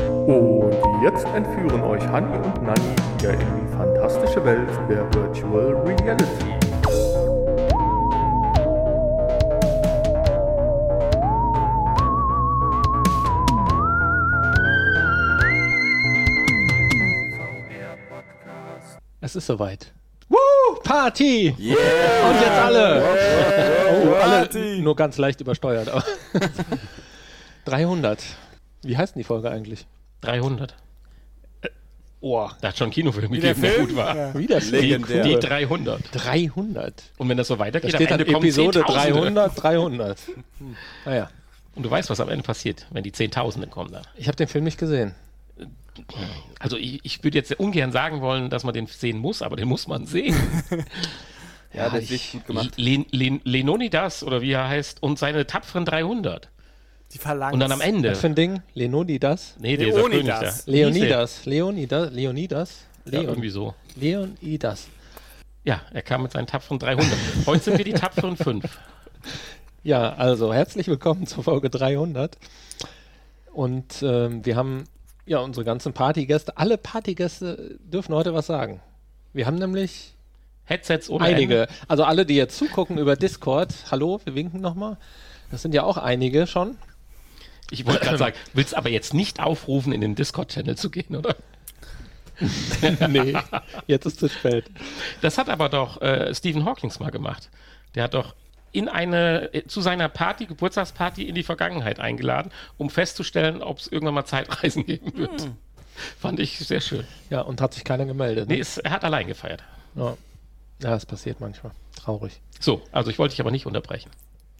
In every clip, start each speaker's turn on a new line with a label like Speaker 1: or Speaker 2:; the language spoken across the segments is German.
Speaker 1: Und jetzt entführen euch Hani und Nani wieder in die fantastische Welt der Virtual Reality.
Speaker 2: Es ist soweit. Woo! Party! Und jetzt alle! oh, alle nur ganz leicht übersteuert. aber 300. Wie heißt denn die Folge eigentlich?
Speaker 3: 300.
Speaker 2: Oh,
Speaker 3: Da hat schon einen Kinofilm gegeben, der gut war.
Speaker 2: wieder
Speaker 3: Die,
Speaker 4: Legendär.
Speaker 3: die 300.
Speaker 2: 300.
Speaker 3: Und wenn das so
Speaker 2: Da
Speaker 3: weitergeht,
Speaker 2: steht
Speaker 3: am
Speaker 2: dann
Speaker 3: Ende kommen
Speaker 2: Episode Ah
Speaker 3: 10.000.
Speaker 2: 300, 300. Hm. Naja,
Speaker 3: Und du weißt, was am Ende passiert, wenn die Zehntausende kommen dann.
Speaker 2: ich habe den Film nicht gesehen.
Speaker 3: Also ich, ich würde jetzt ungern sagen wollen, dass man den sehen muss, aber den muss man sehen.
Speaker 4: Ja,
Speaker 2: ich-
Speaker 4: das ist echt gut gemacht.
Speaker 3: Len, Len, Lenonidas, oder wie er heißt, und seine tapferen 300.
Speaker 5: Die verlangen.
Speaker 3: Und dann am Ende.
Speaker 2: Was für ein Ding? Lenonidas?
Speaker 3: Nee, dieser König
Speaker 5: Leonidas.
Speaker 3: da.
Speaker 2: Leonidas. Leonidas. Leonidas.
Speaker 3: Ja,
Speaker 2: Leon,
Speaker 3: irgendwie so.
Speaker 2: Leonidas.
Speaker 3: Ja, er kam mit seinen tapferen 300. Heute sind wir die tapferen 5.
Speaker 2: Ja, also herzlich willkommen zur Folge 300. Und ähm, wir haben ja unsere ganzen Partygäste, alle Partygäste dürfen heute was sagen. Wir haben nämlich
Speaker 3: Headsets ohne Ende.
Speaker 2: einige, also alle, die jetzt zugucken über Discord, hallo, wir winken nochmal. Das sind ja auch einige schon.
Speaker 3: Ich wollte gerade sagen, willst aber jetzt nicht aufrufen, in den Discord-Channel zu gehen, oder?
Speaker 2: nee, jetzt ist zu spät.
Speaker 3: Das hat aber doch äh, Stephen Hawkings mal gemacht. Der hat doch in eine, äh, zu seiner Party, Geburtstagsparty in die Vergangenheit eingeladen, um festzustellen, ob es irgendwann mal Zeitreisen geben wird.
Speaker 2: Hm.
Speaker 3: Fand ich sehr schön.
Speaker 2: Ja, und hat sich keiner gemeldet.
Speaker 3: Nee,
Speaker 2: Ne?
Speaker 3: es, er hat allein gefeiert.
Speaker 2: Ja. ja, das passiert manchmal. Traurig.
Speaker 3: So, also ich wollte dich aber nicht unterbrechen.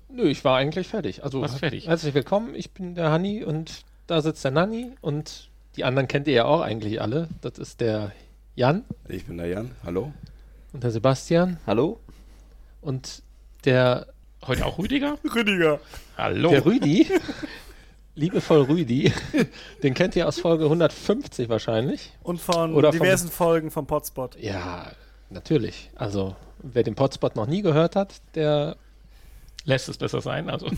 Speaker 2: Nö, ich war eigentlich fertig. Also
Speaker 3: Warst fertig?
Speaker 2: herzlich willkommen, ich bin der Hanni und da sitzt der Nanni und die anderen kennt ihr ja auch eigentlich alle. Das ist der Jan
Speaker 4: Ich bin der Jan. Hallo.
Speaker 2: und der Sebastian
Speaker 4: Hallo.
Speaker 2: und der,
Speaker 3: Heute auch Rüdiger?
Speaker 5: Rüdiger.
Speaker 3: Hallo.
Speaker 2: der Rüdi. Liebevoll Rüdi. Den kennt ihr aus Folge 150 wahrscheinlich.
Speaker 5: Und von
Speaker 2: Oder vom-
Speaker 5: diversen Folgen vom Potspot.
Speaker 2: Ja, natürlich. Also, wer den Potspot noch nie gehört hat, der.
Speaker 3: Lässt es besser sein. Also,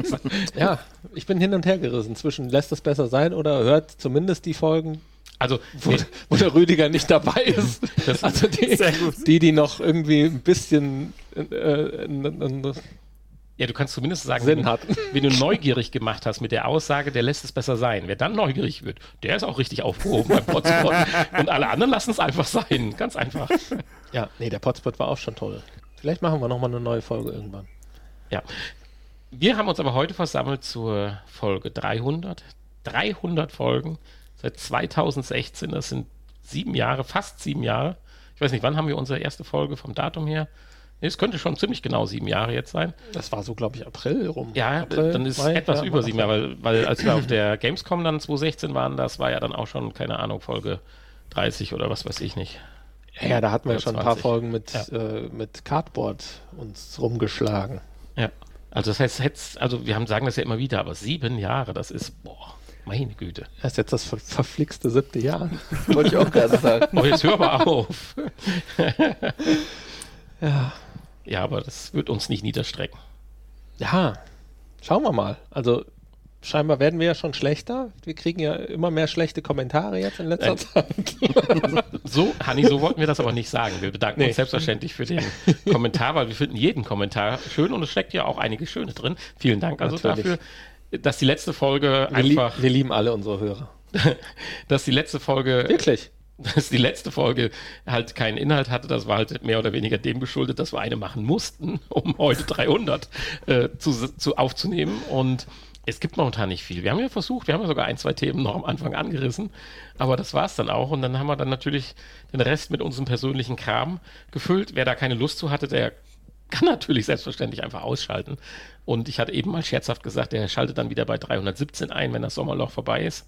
Speaker 2: Ja, ich bin hin und her gerissen zwischen lässt es besser sein oder hört zumindest die Folgen,
Speaker 3: also
Speaker 2: wo,
Speaker 3: nee,
Speaker 2: wo der Rüdiger nicht dabei ist.
Speaker 3: Das-
Speaker 2: also die,
Speaker 5: Sehr gut.
Speaker 2: die, die noch irgendwie ein bisschen äh, äh, n- n-
Speaker 3: ja, du kannst zumindest sagen,
Speaker 2: Sinn
Speaker 3: wenn,
Speaker 2: hat.
Speaker 3: wenn du neugierig gemacht hast mit der Aussage, der lässt es besser sein. Wer dann neugierig wird, der ist auch richtig aufgehoben beim Potspot. Und alle anderen lassen es einfach sein. Ganz einfach.
Speaker 2: Ja, nee, der Potspot war auch schon toll. Vielleicht machen wir nochmal eine neue Folge irgendwann.
Speaker 3: Ja. Wir haben uns aber heute versammelt zur Folge 300. 300 Folgen seit 2016. Das sind sieben Jahre, fast sieben Jahre. Ich weiß nicht, wann haben wir unsere erste Folge vom Datum her? Nee, Es könnte schon ziemlich genau sieben Jahre jetzt sein.
Speaker 2: Das war so, glaube ich, April rum.
Speaker 3: Ja,
Speaker 2: April,
Speaker 3: dann ist
Speaker 2: Mai,
Speaker 3: etwas
Speaker 2: ja,
Speaker 3: über sieben Jahre, weil, weil als wir auf der Gamescom dann 2016 waren, das war ja dann auch schon, keine Ahnung, Folge 30 oder was weiß ich nicht.
Speaker 2: Ja, da hatten wir
Speaker 3: Oder
Speaker 2: schon ein paar
Speaker 3: 20.
Speaker 2: Folgen mit,
Speaker 3: Ja.
Speaker 2: äh, mit Cardboard uns rumgeschlagen.
Speaker 3: Ja. Also das heißt, jetzt, also wir haben sagen das ja immer wieder, aber sieben Jahre, das ist, boah, meine Güte.
Speaker 2: Das ist jetzt das ver verflixte siebte Jahr.
Speaker 4: Wollte ich auch gerade sagen.
Speaker 3: Oh, jetzt hör mal auf. ja. ja, aber das wird uns nicht niederstrecken.
Speaker 2: Ja, schauen wir mal. Also scheinbar werden wir ja schon schlechter. Wir kriegen ja immer mehr schlechte Kommentare jetzt in letzter
Speaker 3: Nein.
Speaker 2: Zeit.
Speaker 3: So, Hanni, so wollten wir das aber nicht sagen. Wir bedanken
Speaker 2: Nee.
Speaker 3: uns selbstverständlich für den Kommentar, weil wir finden jeden Kommentar schön und es steckt ja auch einige Schöne drin. Vielen Dank also
Speaker 2: Natürlich.
Speaker 3: dafür, dass die letzte Folge
Speaker 2: Wir, lieb,
Speaker 3: einfach,
Speaker 2: wir lieben alle unsere Hörer.
Speaker 3: dass die letzte Folge
Speaker 2: Wirklich.
Speaker 3: dass die letzte Folge halt keinen Inhalt hatte, das war halt mehr oder weniger dem geschuldet, dass wir eine machen mussten, um heute 300 äh, zu, zu aufzunehmen. Und es gibt momentan nicht viel. Wir haben ja versucht, wir haben ja sogar ein, zwei Themen noch am Anfang angerissen, aber das war es dann auch. Und dann haben wir dann natürlich den Rest mit unserem persönlichen Kram gefüllt. Wer da keine Lust zu hatte, der kann natürlich selbstverständlich einfach ausschalten. Und ich hatte eben mal scherzhaft gesagt, der schaltet dann wieder bei 317 ein, wenn das Sommerloch vorbei ist.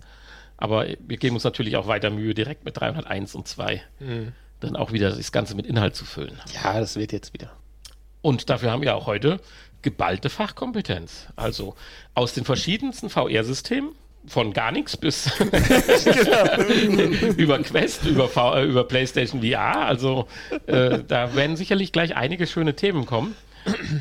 Speaker 3: Aber wir geben uns natürlich auch weiter Mühe, direkt mit 301 und 2 dann auch wieder das Ganze mit Inhalt zu füllen.
Speaker 2: Ja, das wird jetzt wieder.
Speaker 3: Und dafür haben wir auch heute geballte Fachkompetenz. Also aus den verschiedensten VR-Systemen, von gar nichts bis
Speaker 2: Genau.
Speaker 3: über Quest, über, v äh, über PlayStation VR. Also äh, da werden sicherlich gleich einige schöne Themen kommen.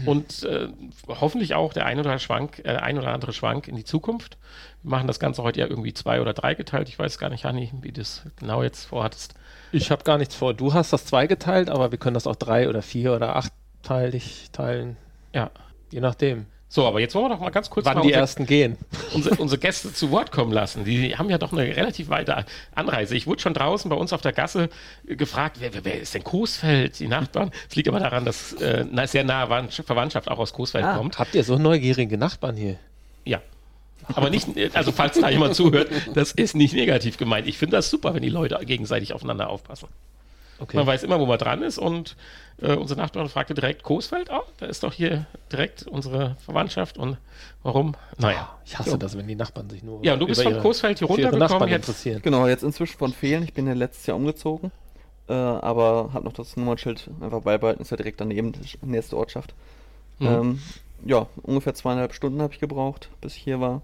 Speaker 3: und äh, hoffentlich auch der ein oder, Schwank, äh, ein oder andere Schwank in die Zukunft. Wir machen das Ganze heute ja irgendwie zwei oder drei geteilt. Ich weiß gar nicht, Hanni, wie du es genau jetzt vorhattest.
Speaker 2: Ich habe gar nichts vor. Du hast das zweigeteilt, aber wir können das auch drei oder vier oder achtteilig teilen.
Speaker 3: Ja.
Speaker 2: Je nachdem,
Speaker 3: So, aber jetzt wollen wir doch mal ganz kurz
Speaker 2: wann
Speaker 3: mal
Speaker 2: die
Speaker 3: unser-
Speaker 2: ersten gehen.
Speaker 3: unsere, unsere Gäste zu Wort kommen lassen. Die haben ja doch eine relativ weite Anreise. Ich wurde schon draußen bei uns auf der Gasse äh, gefragt, wer, wer, wer ist denn Coesfeld, die Nachbarn? Es liegt aber daran, dass äh, na- sehr nahe Wan- Verwandtschaft auch aus Coesfeld
Speaker 5: Ah.
Speaker 3: kommt.
Speaker 2: Habt ihr so neugierige Nachbarn hier?
Speaker 3: Ja. Aber nicht, äh, also falls da jemand zuhört, das ist nicht negativ gemeint. Ich finde das super, wenn die Leute gegenseitig aufeinander aufpassen.
Speaker 2: Okay.
Speaker 3: Man weiß immer, wo man dran ist und äh, unsere Nachbarin fragte direkt Coesfeld, ah, da ist doch hier direkt unsere Verwandtschaft und warum? Naja.
Speaker 2: ich hasse das, wenn die Nachbarn sich nur.
Speaker 3: Ja, und du bist
Speaker 2: über
Speaker 3: von
Speaker 2: ihre-
Speaker 3: Coesfeld hier
Speaker 2: für ihre
Speaker 3: runtergekommen.
Speaker 2: Nachbarn
Speaker 3: Jetzt
Speaker 2: interessieren.
Speaker 6: Genau, jetzt inzwischen von Fehlen. Ich bin ja letztes Jahr umgezogen, äh, aber habe noch das Nummernschild einfach beibehalten. Ist ja direkt daneben, die sch- nächste Ortschaft.
Speaker 3: Mhm.
Speaker 6: Ähm, ja, ungefähr zweieinhalb Stunden habe ich gebraucht, bis ich hier war.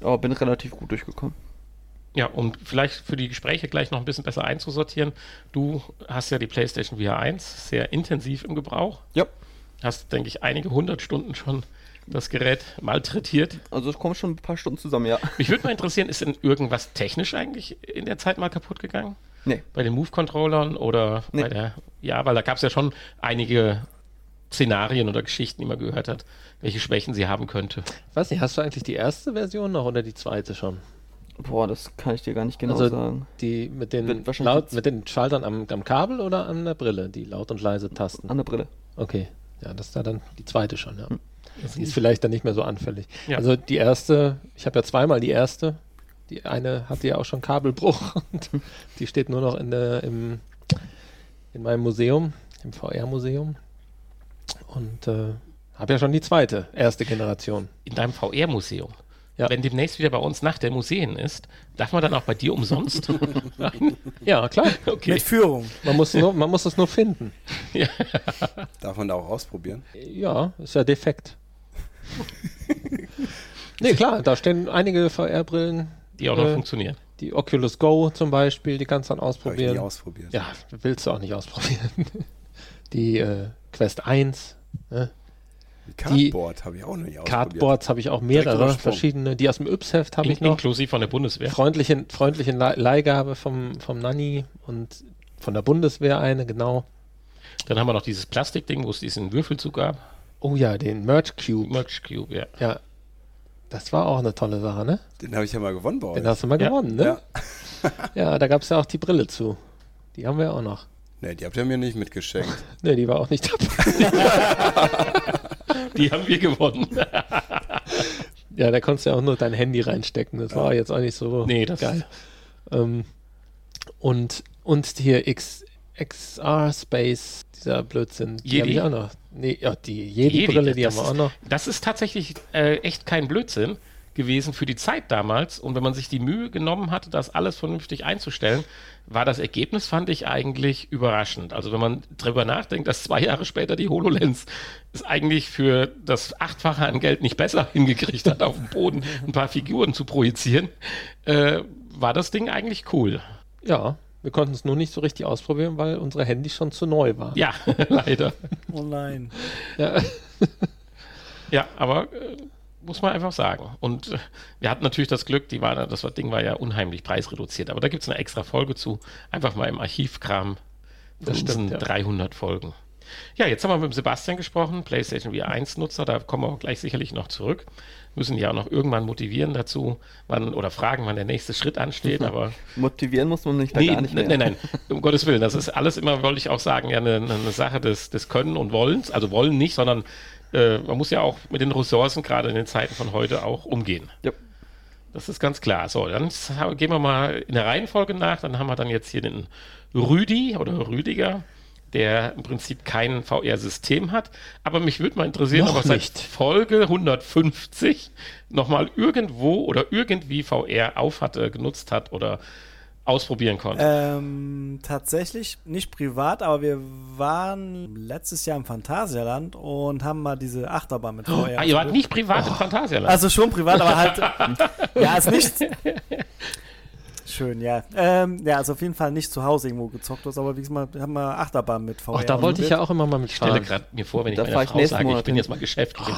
Speaker 6: Aber bin relativ gut durchgekommen.
Speaker 3: Ja, um vielleicht für die Gespräche gleich noch ein bisschen besser einzusortieren. Du hast ja die PlayStation VR 1 sehr intensiv im Gebrauch.
Speaker 6: Ja.
Speaker 3: Hast, denke ich, einige hundert Stunden schon das Gerät malträtiert.
Speaker 6: Also es kommen schon ein paar Stunden zusammen, ja.
Speaker 3: Mich würde mal interessieren, ist denn irgendwas technisch eigentlich in der Zeit mal kaputt gegangen?
Speaker 6: Nee.
Speaker 3: Bei den Move-Controllern oder
Speaker 6: Nee.
Speaker 3: bei der. Ja, weil da gab es ja schon einige Szenarien oder Geschichten, die man gehört hat, welche Schwächen sie haben könnte.
Speaker 2: Ich weiß nicht, hast du eigentlich die erste Version noch oder die zweite schon?
Speaker 6: Boah, das kann ich dir gar nicht genau
Speaker 2: Also,
Speaker 6: sagen.
Speaker 2: Die mit den,
Speaker 6: Wird wahrscheinlich
Speaker 2: laut,
Speaker 6: die-
Speaker 2: mit den Schaltern am, am Kabel oder an der Brille, die laut und leise Tasten.
Speaker 6: An Hm. der Brille.
Speaker 2: Okay, ja, das ist da dann die zweite schon, ja. Die ist vielleicht dann nicht mehr so anfällig.
Speaker 3: Ja.
Speaker 2: Also die erste, ich habe ja zweimal die erste. Die eine hatte ja auch schon Kabelbruch und die steht nur noch in, der, im, in meinem Museum, im VR-Museum. Und äh, habe ja schon die zweite, erste Generation.
Speaker 3: in deinem VR-Museum.
Speaker 2: Ja.
Speaker 3: Wenn demnächst wieder bei uns Nacht der Museen ist, darf man dann auch bei dir umsonst?
Speaker 2: Ja, klar.
Speaker 3: okay.
Speaker 5: Mit Führung.
Speaker 2: Man muss, nur, man muss das nur finden.
Speaker 4: Darf man da auch ausprobieren?
Speaker 2: Ja, ist ja defekt. nee, klar, da stehen einige VR-Brillen,
Speaker 3: Die auch noch
Speaker 2: Äh,
Speaker 3: funktionieren.
Speaker 2: die Oculus Go zum Beispiel, die kannst du dann
Speaker 4: Habe ich nie
Speaker 2: ausprobieren.
Speaker 4: ausprobiert.
Speaker 2: Ja, willst du auch nicht ausprobieren. Die äh, Quest 1,
Speaker 4: Cardboard habe ich auch noch nie ausprobiert.
Speaker 2: Cardboards habe ich auch
Speaker 4: Direkt
Speaker 2: mehrere
Speaker 4: übersprungen.
Speaker 2: verschiedene. Die aus dem Yps-Heft habe
Speaker 3: In,
Speaker 2: ich noch.
Speaker 3: inklusive von der Bundeswehr.
Speaker 2: Freundliche, freundliche Leih- Leihgabe vom, vom Nanny und von der Bundeswehr eine, genau.
Speaker 3: Dann haben wir noch dieses Plastikding, wo es diesen Würfelzug gab.
Speaker 2: Oh ja, den Merch Cube.
Speaker 3: Merch Cube, ja.
Speaker 2: Ja, das war auch eine tolle Sache, ne?
Speaker 4: Den habe ich ja mal gewonnen bei euch.
Speaker 2: Den hast du mal
Speaker 3: Ja.
Speaker 2: gewonnen, ne?
Speaker 4: Ja.
Speaker 2: Ja, da gab es ja auch die Brille zu. Die haben wir auch noch.
Speaker 4: Nee, die habt ihr mir nicht mitgeschenkt.
Speaker 2: Ne, die war auch nicht dabei.
Speaker 3: Die haben wir gewonnen.
Speaker 2: Ja, da konntest du ja auch nur dein Handy reinstecken. Das war jetzt auch nicht so
Speaker 3: Nee, das-
Speaker 2: geil. Ähm, und, und hier X, XR Space, dieser Blödsinn, die
Speaker 3: Jedi?
Speaker 2: habe ich auch noch. Nee, ja, die Jedi-Brille, die haben
Speaker 3: das
Speaker 2: wir
Speaker 3: ist-
Speaker 2: auch noch.
Speaker 3: Das ist tatsächlich äh, echt kein Blödsinn gewesen für die Zeit damals. Und wenn man sich die Mühe genommen hatte, das alles vernünftig einzustellen, war das Ergebnis, fand ich, eigentlich überraschend. Also wenn man drüber nachdenkt, dass zwei Jahre später die HoloLens es eigentlich für das Achtfache an Geld nicht besser hingekriegt hat, auf dem Boden ein paar Figuren zu projizieren, äh, war das Ding eigentlich cool.
Speaker 2: Ja, wir konnten es nur nicht so richtig ausprobieren, weil unsere Handys schon zu neu waren.
Speaker 3: Ja, leider.
Speaker 5: Oh nein.
Speaker 2: Ja.
Speaker 3: Ja, aber äh, muss man einfach sagen. Und äh, wir hatten natürlich das Glück, die war, das war- Ding war ja unheimlich preisreduziert. Aber da gibt es eine extra Folge zu. Einfach mal im Archivkram. Das
Speaker 2: Das stimmt,
Speaker 3: sind
Speaker 2: ja.
Speaker 3: 300 Folgen. Ja, jetzt haben wir mit dem Sebastian gesprochen, PlayStation VR 1-Nutzer. Da kommen wir auch gleich sicherlich noch zurück. Müssen ja auch noch irgendwann motivieren dazu, wann oder fragen, wann der nächste Schritt ansteht. Aber
Speaker 6: Motivieren muss man mich da
Speaker 3: Nee,
Speaker 6: gar nicht mehr.
Speaker 3: nein, nein, nein, um Gottes Willen. Das ist alles immer, wollte ich auch sagen, ja, eine, eine Sache des, des Können und Wollens. Also wollen nicht, sondern äh, man muss ja auch mit den Ressourcen, gerade in den Zeiten von heute, auch umgehen.
Speaker 6: Ja.
Speaker 3: Das ist ganz klar. So, dann sa- gehen wir mal in der Reihenfolge nach. Dann haben wir dann jetzt hier den Rüdi oder Rüdiger, der im Prinzip kein VR-System hat. Aber mich würde mal interessieren,
Speaker 2: Noch
Speaker 3: ob er seit
Speaker 2: nicht.
Speaker 3: Folge 150 nochmal irgendwo oder irgendwie VR aufhatte, genutzt hat oder ausprobieren konnte.
Speaker 5: Ähm, tatsächlich, nicht privat, aber wir waren letztes Jahr im Phantasialand und haben mal diese Achterbahn mit
Speaker 2: Oh,
Speaker 5: VR.
Speaker 3: Ah, ihr wart nicht
Speaker 6: Oh. Also,
Speaker 3: privat im Phantasialand.
Speaker 5: Also schon privat, aber halt. ja, ist nicht. Schön, ja. Ähm, ja, also auf jeden Fall nicht zu Hause irgendwo gezockt hast, aber wie gesagt, wir haben wir Achterbahn mit VR.
Speaker 2: Auch da wollte ich ja auch immer mal
Speaker 3: Ich stelle
Speaker 2: mitfahren.
Speaker 3: gerade mir vor, wenn ich
Speaker 6: ähm, Da fahr
Speaker 3: meiner
Speaker 6: ich
Speaker 3: Frau
Speaker 6: nächsten
Speaker 3: sage, ich
Speaker 6: Monat
Speaker 3: bin
Speaker 6: hin.
Speaker 3: jetzt mal geschäftlich
Speaker 5: Ah.
Speaker 3: im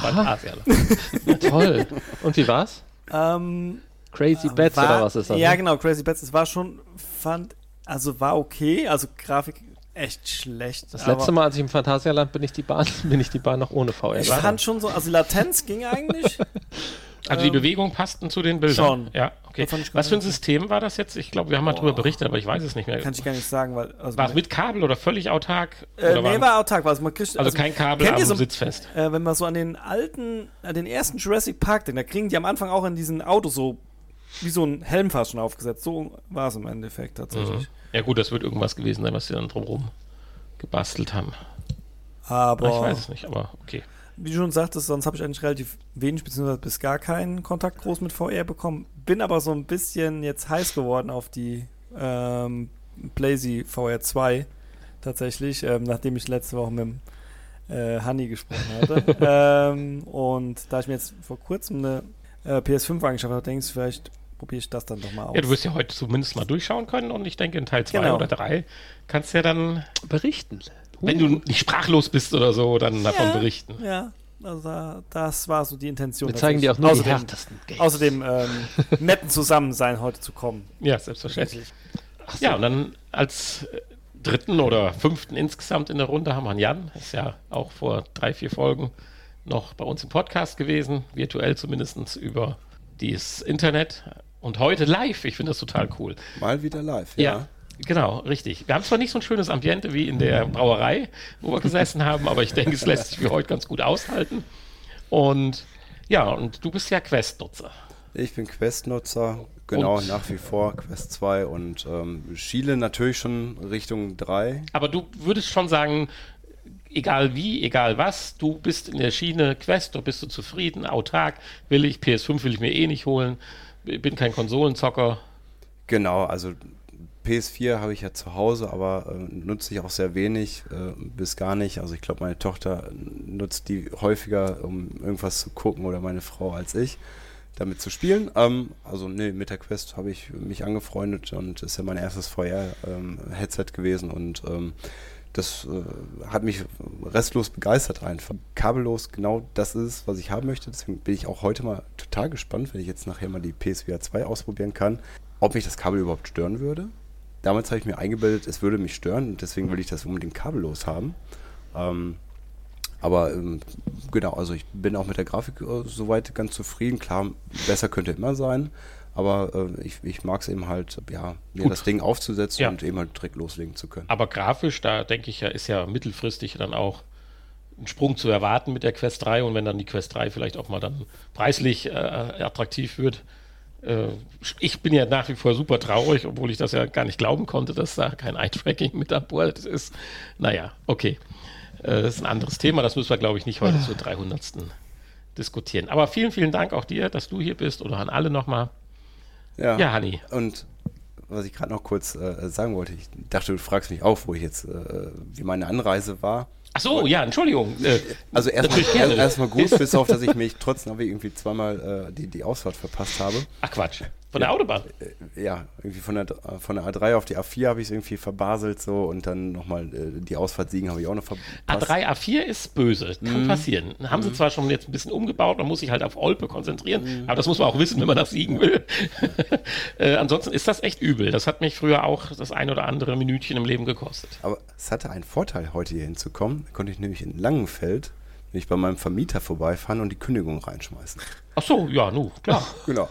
Speaker 3: Phantasialand.
Speaker 2: Toll. Und wie war's?
Speaker 5: Ähm,
Speaker 2: Crazy Bats
Speaker 5: war,
Speaker 2: oder was ist das?
Speaker 5: Ja,
Speaker 2: ne?
Speaker 5: genau, Crazy Bats. Es war schon, fand, also war okay. Also Grafik echt schlecht.
Speaker 2: Das
Speaker 5: aber
Speaker 2: letzte Mal, als ich im Phantasialand bin, ich die Bahn, bin ich die Bahn noch ohne VR.
Speaker 5: Ich
Speaker 2: gefahren.
Speaker 5: fand schon so, also die Latenz ging eigentlich.
Speaker 3: Also die Bewegung passten zu den Bildern.
Speaker 5: Ähm, schon.
Speaker 3: Ja, okay.
Speaker 5: Das fand ich
Speaker 3: Was
Speaker 5: ganz
Speaker 3: für ein System war das jetzt? Ich glaube, wir haben mal drüber berichtet, aber ich weiß es nicht mehr.
Speaker 5: Kann ich gar nicht sagen, weil. Also,
Speaker 3: War es mit Kabel oder völlig autark?
Speaker 5: äh,
Speaker 3: oder
Speaker 5: nee,
Speaker 3: waren-
Speaker 5: war autark. war es. man kriegt,
Speaker 3: also kein Kabel,
Speaker 5: kennt
Speaker 3: aber
Speaker 5: ihr so-
Speaker 3: Sitz fest.
Speaker 5: Äh, wenn man so an den alten, an den ersten Jurassic Park denkt, da kriegen die am Anfang auch in diesen Auto so wie so ein Helm fast schon aufgesetzt. So war es im Endeffekt tatsächlich.
Speaker 3: Ja gut, das wird irgendwas gewesen sein, was sie dann drumherum gebastelt haben. Ah,
Speaker 5: Aber
Speaker 3: Ich weiß es nicht, aber okay.
Speaker 5: wie du schon sagtest, sonst habe ich eigentlich relativ wenig beziehungsweise bis gar keinen Kontakt groß mit VR bekommen. Bin aber so ein bisschen jetzt heiß geworden auf die ähm, Blazy VR 2 tatsächlich, ähm, nachdem ich letzte Woche mit dem äh, Hanni gesprochen hatte. ähm, und da ich mir jetzt vor kurzem eine äh, PS5 angeschafft habe, denke ich, vielleicht probiere ich das dann doch mal aus.
Speaker 3: Ja, du wirst ja heute zumindest mal durchschauen können und ich denke in Teil 2
Speaker 5: Genau.
Speaker 3: oder 3 kannst ja dann,
Speaker 2: berichten.
Speaker 3: wenn
Speaker 6: Uh.
Speaker 3: du nicht sprachlos bist oder so, dann davon berichten.
Speaker 5: Ja, also da, das war so die Intention.
Speaker 2: Uh, Wir zeigen dir auch nur
Speaker 5: tatsächlich.
Speaker 2: die härtesten Games.
Speaker 5: außerdem, außerdem ähm, netten Zusammensein heute zu kommen.
Speaker 3: Ja, selbstverständlich. Ja, und dann als äh, dritten oder fünften insgesamt in der Runde haben wir einen Jan. Ist ja auch vor drei, vier Folgen noch bei uns im Podcast gewesen, virtuell zumindest über das Internet. Und heute live, ich finde das total cool.
Speaker 4: Mal wieder live,
Speaker 3: Ja.
Speaker 4: ja.
Speaker 3: Genau, richtig. Wir haben zwar nicht so ein schönes Ambiente wie in der Brauerei, wo wir gesessen haben, aber ich denke, es lässt sich für heute ganz gut aushalten. Und ja, und du bist ja Quest-Nutzer.
Speaker 4: Ich bin Quest-Nutzer, genau,
Speaker 3: Und-
Speaker 4: nach wie vor Quest 2 und ähm, Schiele natürlich schon Richtung 3.
Speaker 3: Aber du würdest schon sagen, egal wie, egal was, du bist in der Schiene Quest, da bist du zufrieden, autark, will ich, PS5 will ich mir eh nicht holen, bin kein Konsolenzocker.
Speaker 4: Genau, also PS4 habe ich ja zu Hause, aber äh, nutze ich auch sehr wenig äh, bis gar nicht. Also ich glaube, meine Tochter nutzt die häufiger, um irgendwas zu gucken oder meine Frau als ich, damit zu spielen. Ähm, also nee, mit der Quest habe ich mich angefreundet und ist ja mein erstes VR-Headset gewesen und ähm, das äh, hat mich restlos begeistert einfach. Kabellos, genau das ist, es, was ich haben möchte. Deswegen bin ich auch heute mal total gespannt, wenn ich jetzt nachher mal die PSVR 2 ausprobieren kann, ob mich das Kabel überhaupt stören würde. Damals habe ich mir eingebildet, es würde mich stören und deswegen will ich das unbedingt kabellos haben. Ähm, aber ähm, genau, also ich bin auch mit der Grafik äh, soweit ganz zufrieden. Klar, besser könnte immer sein, aber äh, ich, ich mag es eben halt, ja, mir
Speaker 3: Gut.
Speaker 4: das Ding aufzusetzen
Speaker 3: Ja.
Speaker 4: und eben halt direkt loslegen zu können.
Speaker 3: Aber grafisch, da denke ich ja, ist ja mittelfristig dann auch ein Sprung zu erwarten mit der Quest 3 und wenn dann die Quest 3 vielleicht auch mal dann preislich äh, attraktiv wird. Äh, ich bin ja nach wie vor super traurig, obwohl ich das ja gar nicht glauben konnte, dass da kein Eye-Tracking mit an Bord ist. Naja, okay. Äh, das ist ein anderes Thema, das müssen wir, glaube ich, nicht heute zur 300. diskutieren. Aber vielen, vielen Dank auch dir, dass du hier bist oder an alle nochmal. Ja, Hanni.
Speaker 4: Und was ich gerade noch kurz äh, sagen wollte, ich dachte, du fragst mich auch, wo ich jetzt, äh, wie meine Anreise war.
Speaker 3: Ach so, ja, Entschuldigung. Äh,
Speaker 4: Also erstmal
Speaker 3: Natürlich gerne.
Speaker 4: erst erstmal gut, bis auf, dass ich mich trotz Navi irgendwie zweimal äh, die, die Ausfahrt verpasst habe.
Speaker 3: ach Quatsch, von der Autobahn.
Speaker 4: Äh, ja, irgendwie von der, äh, von der A3 auf die A4 habe ich es irgendwie verbaselt so und dann nochmal äh, die Ausfahrt Siegen habe ich auch noch verpasst.
Speaker 3: A3, A4 ist böse, kann
Speaker 2: Mhm.
Speaker 3: passieren. Haben sie zwar schon jetzt ein bisschen umgebaut, man muss sich halt auf Olpe
Speaker 2: Mhm.
Speaker 3: konzentrieren, aber das muss man auch wissen, wenn man das siegen will. äh, ansonsten ist das echt übel. Das hat mich früher auch das ein oder andere Minütchen im Leben gekostet.
Speaker 4: Aber es hatte einen Vorteil, heute hier hinzukommen. Da konnte ich nämlich in Langenfeld nämlich bei meinem Vermieter vorbeifahren und die Kündigung reinschmeißen.
Speaker 3: Ach so, ja, nu, klar.
Speaker 4: Genau.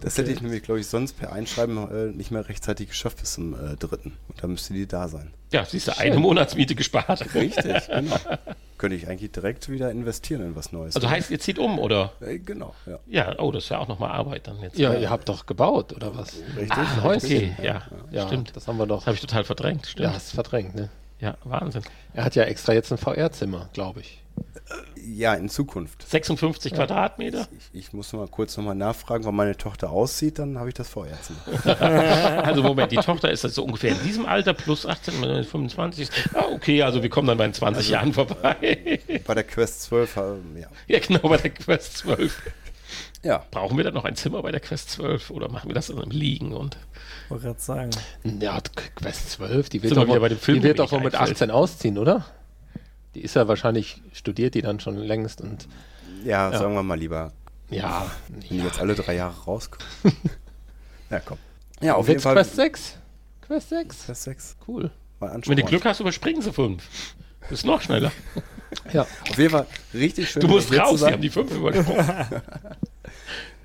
Speaker 4: Das hätte ich nämlich, glaube ich, sonst per Einschreiben äh, nicht mehr rechtzeitig geschafft bis zum äh, dritten. Und dann müsste die da sein.
Speaker 3: Ja, siehst du, eine Monatsmiete gespart.
Speaker 4: Richtig, genau. Könnte ich eigentlich direkt wieder investieren in was Neues.
Speaker 3: Also heißt, ihr zieht um, oder?
Speaker 4: äh, genau, ja.
Speaker 3: Ja, oh, das ist ja auch nochmal Arbeit dann jetzt.
Speaker 2: ja, ihr habt doch gebaut, oder was?
Speaker 4: Richtig.
Speaker 3: ah, okay, ja,
Speaker 2: Ja,
Speaker 3: stimmt. Das
Speaker 2: Das haben wir doch.
Speaker 3: habe ich total verdrängt,
Speaker 2: ja,
Speaker 3: stimmt.
Speaker 2: hast verdrängt, ne?
Speaker 3: Ja, Wahnsinn.
Speaker 2: Er hat ja extra jetzt ein VR-Zimmer, glaube ich.
Speaker 4: ja, in Zukunft.
Speaker 3: 56 Quadratmeter?
Speaker 4: Ich, ich muss mal kurz nochmal nachfragen, wann meine Tochter aussieht, dann habe ich das vorher.
Speaker 3: Also Moment, die Tochter ist jetzt so ungefähr in diesem Alter, plus 18, 25. Ah, okay, also wir kommen dann bei den 20 Jahren vorbei.
Speaker 4: Bei der Quest 12, äh, ja.
Speaker 3: ja, genau, bei der Quest 12.
Speaker 4: Ja.
Speaker 3: Brauchen wir dann noch ein Zimmer bei der Quest 12 oder machen wir das in einem Liegen und
Speaker 5: Wollte gerade sagen.
Speaker 2: Ja, Quest 12, die wird
Speaker 3: Sind wir
Speaker 2: doch,
Speaker 3: wieder bei
Speaker 2: wohl,
Speaker 3: dem Film,
Speaker 2: die
Speaker 3: der
Speaker 2: wird
Speaker 3: mir
Speaker 2: doch wohl
Speaker 3: nicht
Speaker 2: mit
Speaker 3: einfällt.
Speaker 2: 18 ausziehen, oder? Die ist ja wahrscheinlich, studiert die dann schon längst und
Speaker 4: ja, sagen wir mal lieber,
Speaker 2: ja.
Speaker 4: wenn die
Speaker 2: ja.
Speaker 4: jetzt alle drei Jahre rauskommen. ja, komm. Ja, auf
Speaker 2: Wird's
Speaker 4: jeden Fall.
Speaker 2: Quest 6? Quest 6?
Speaker 4: Quest 6.
Speaker 2: Cool.
Speaker 4: Mal anschauen.
Speaker 3: wenn du Glück hast, überspringen sie fünf. Ist noch schneller.
Speaker 2: Ja.
Speaker 4: Auf jeden Fall richtig schön.
Speaker 3: Du musst
Speaker 4: hier zu
Speaker 3: raus, die
Speaker 4: sein.
Speaker 3: haben die fünf übersprungen.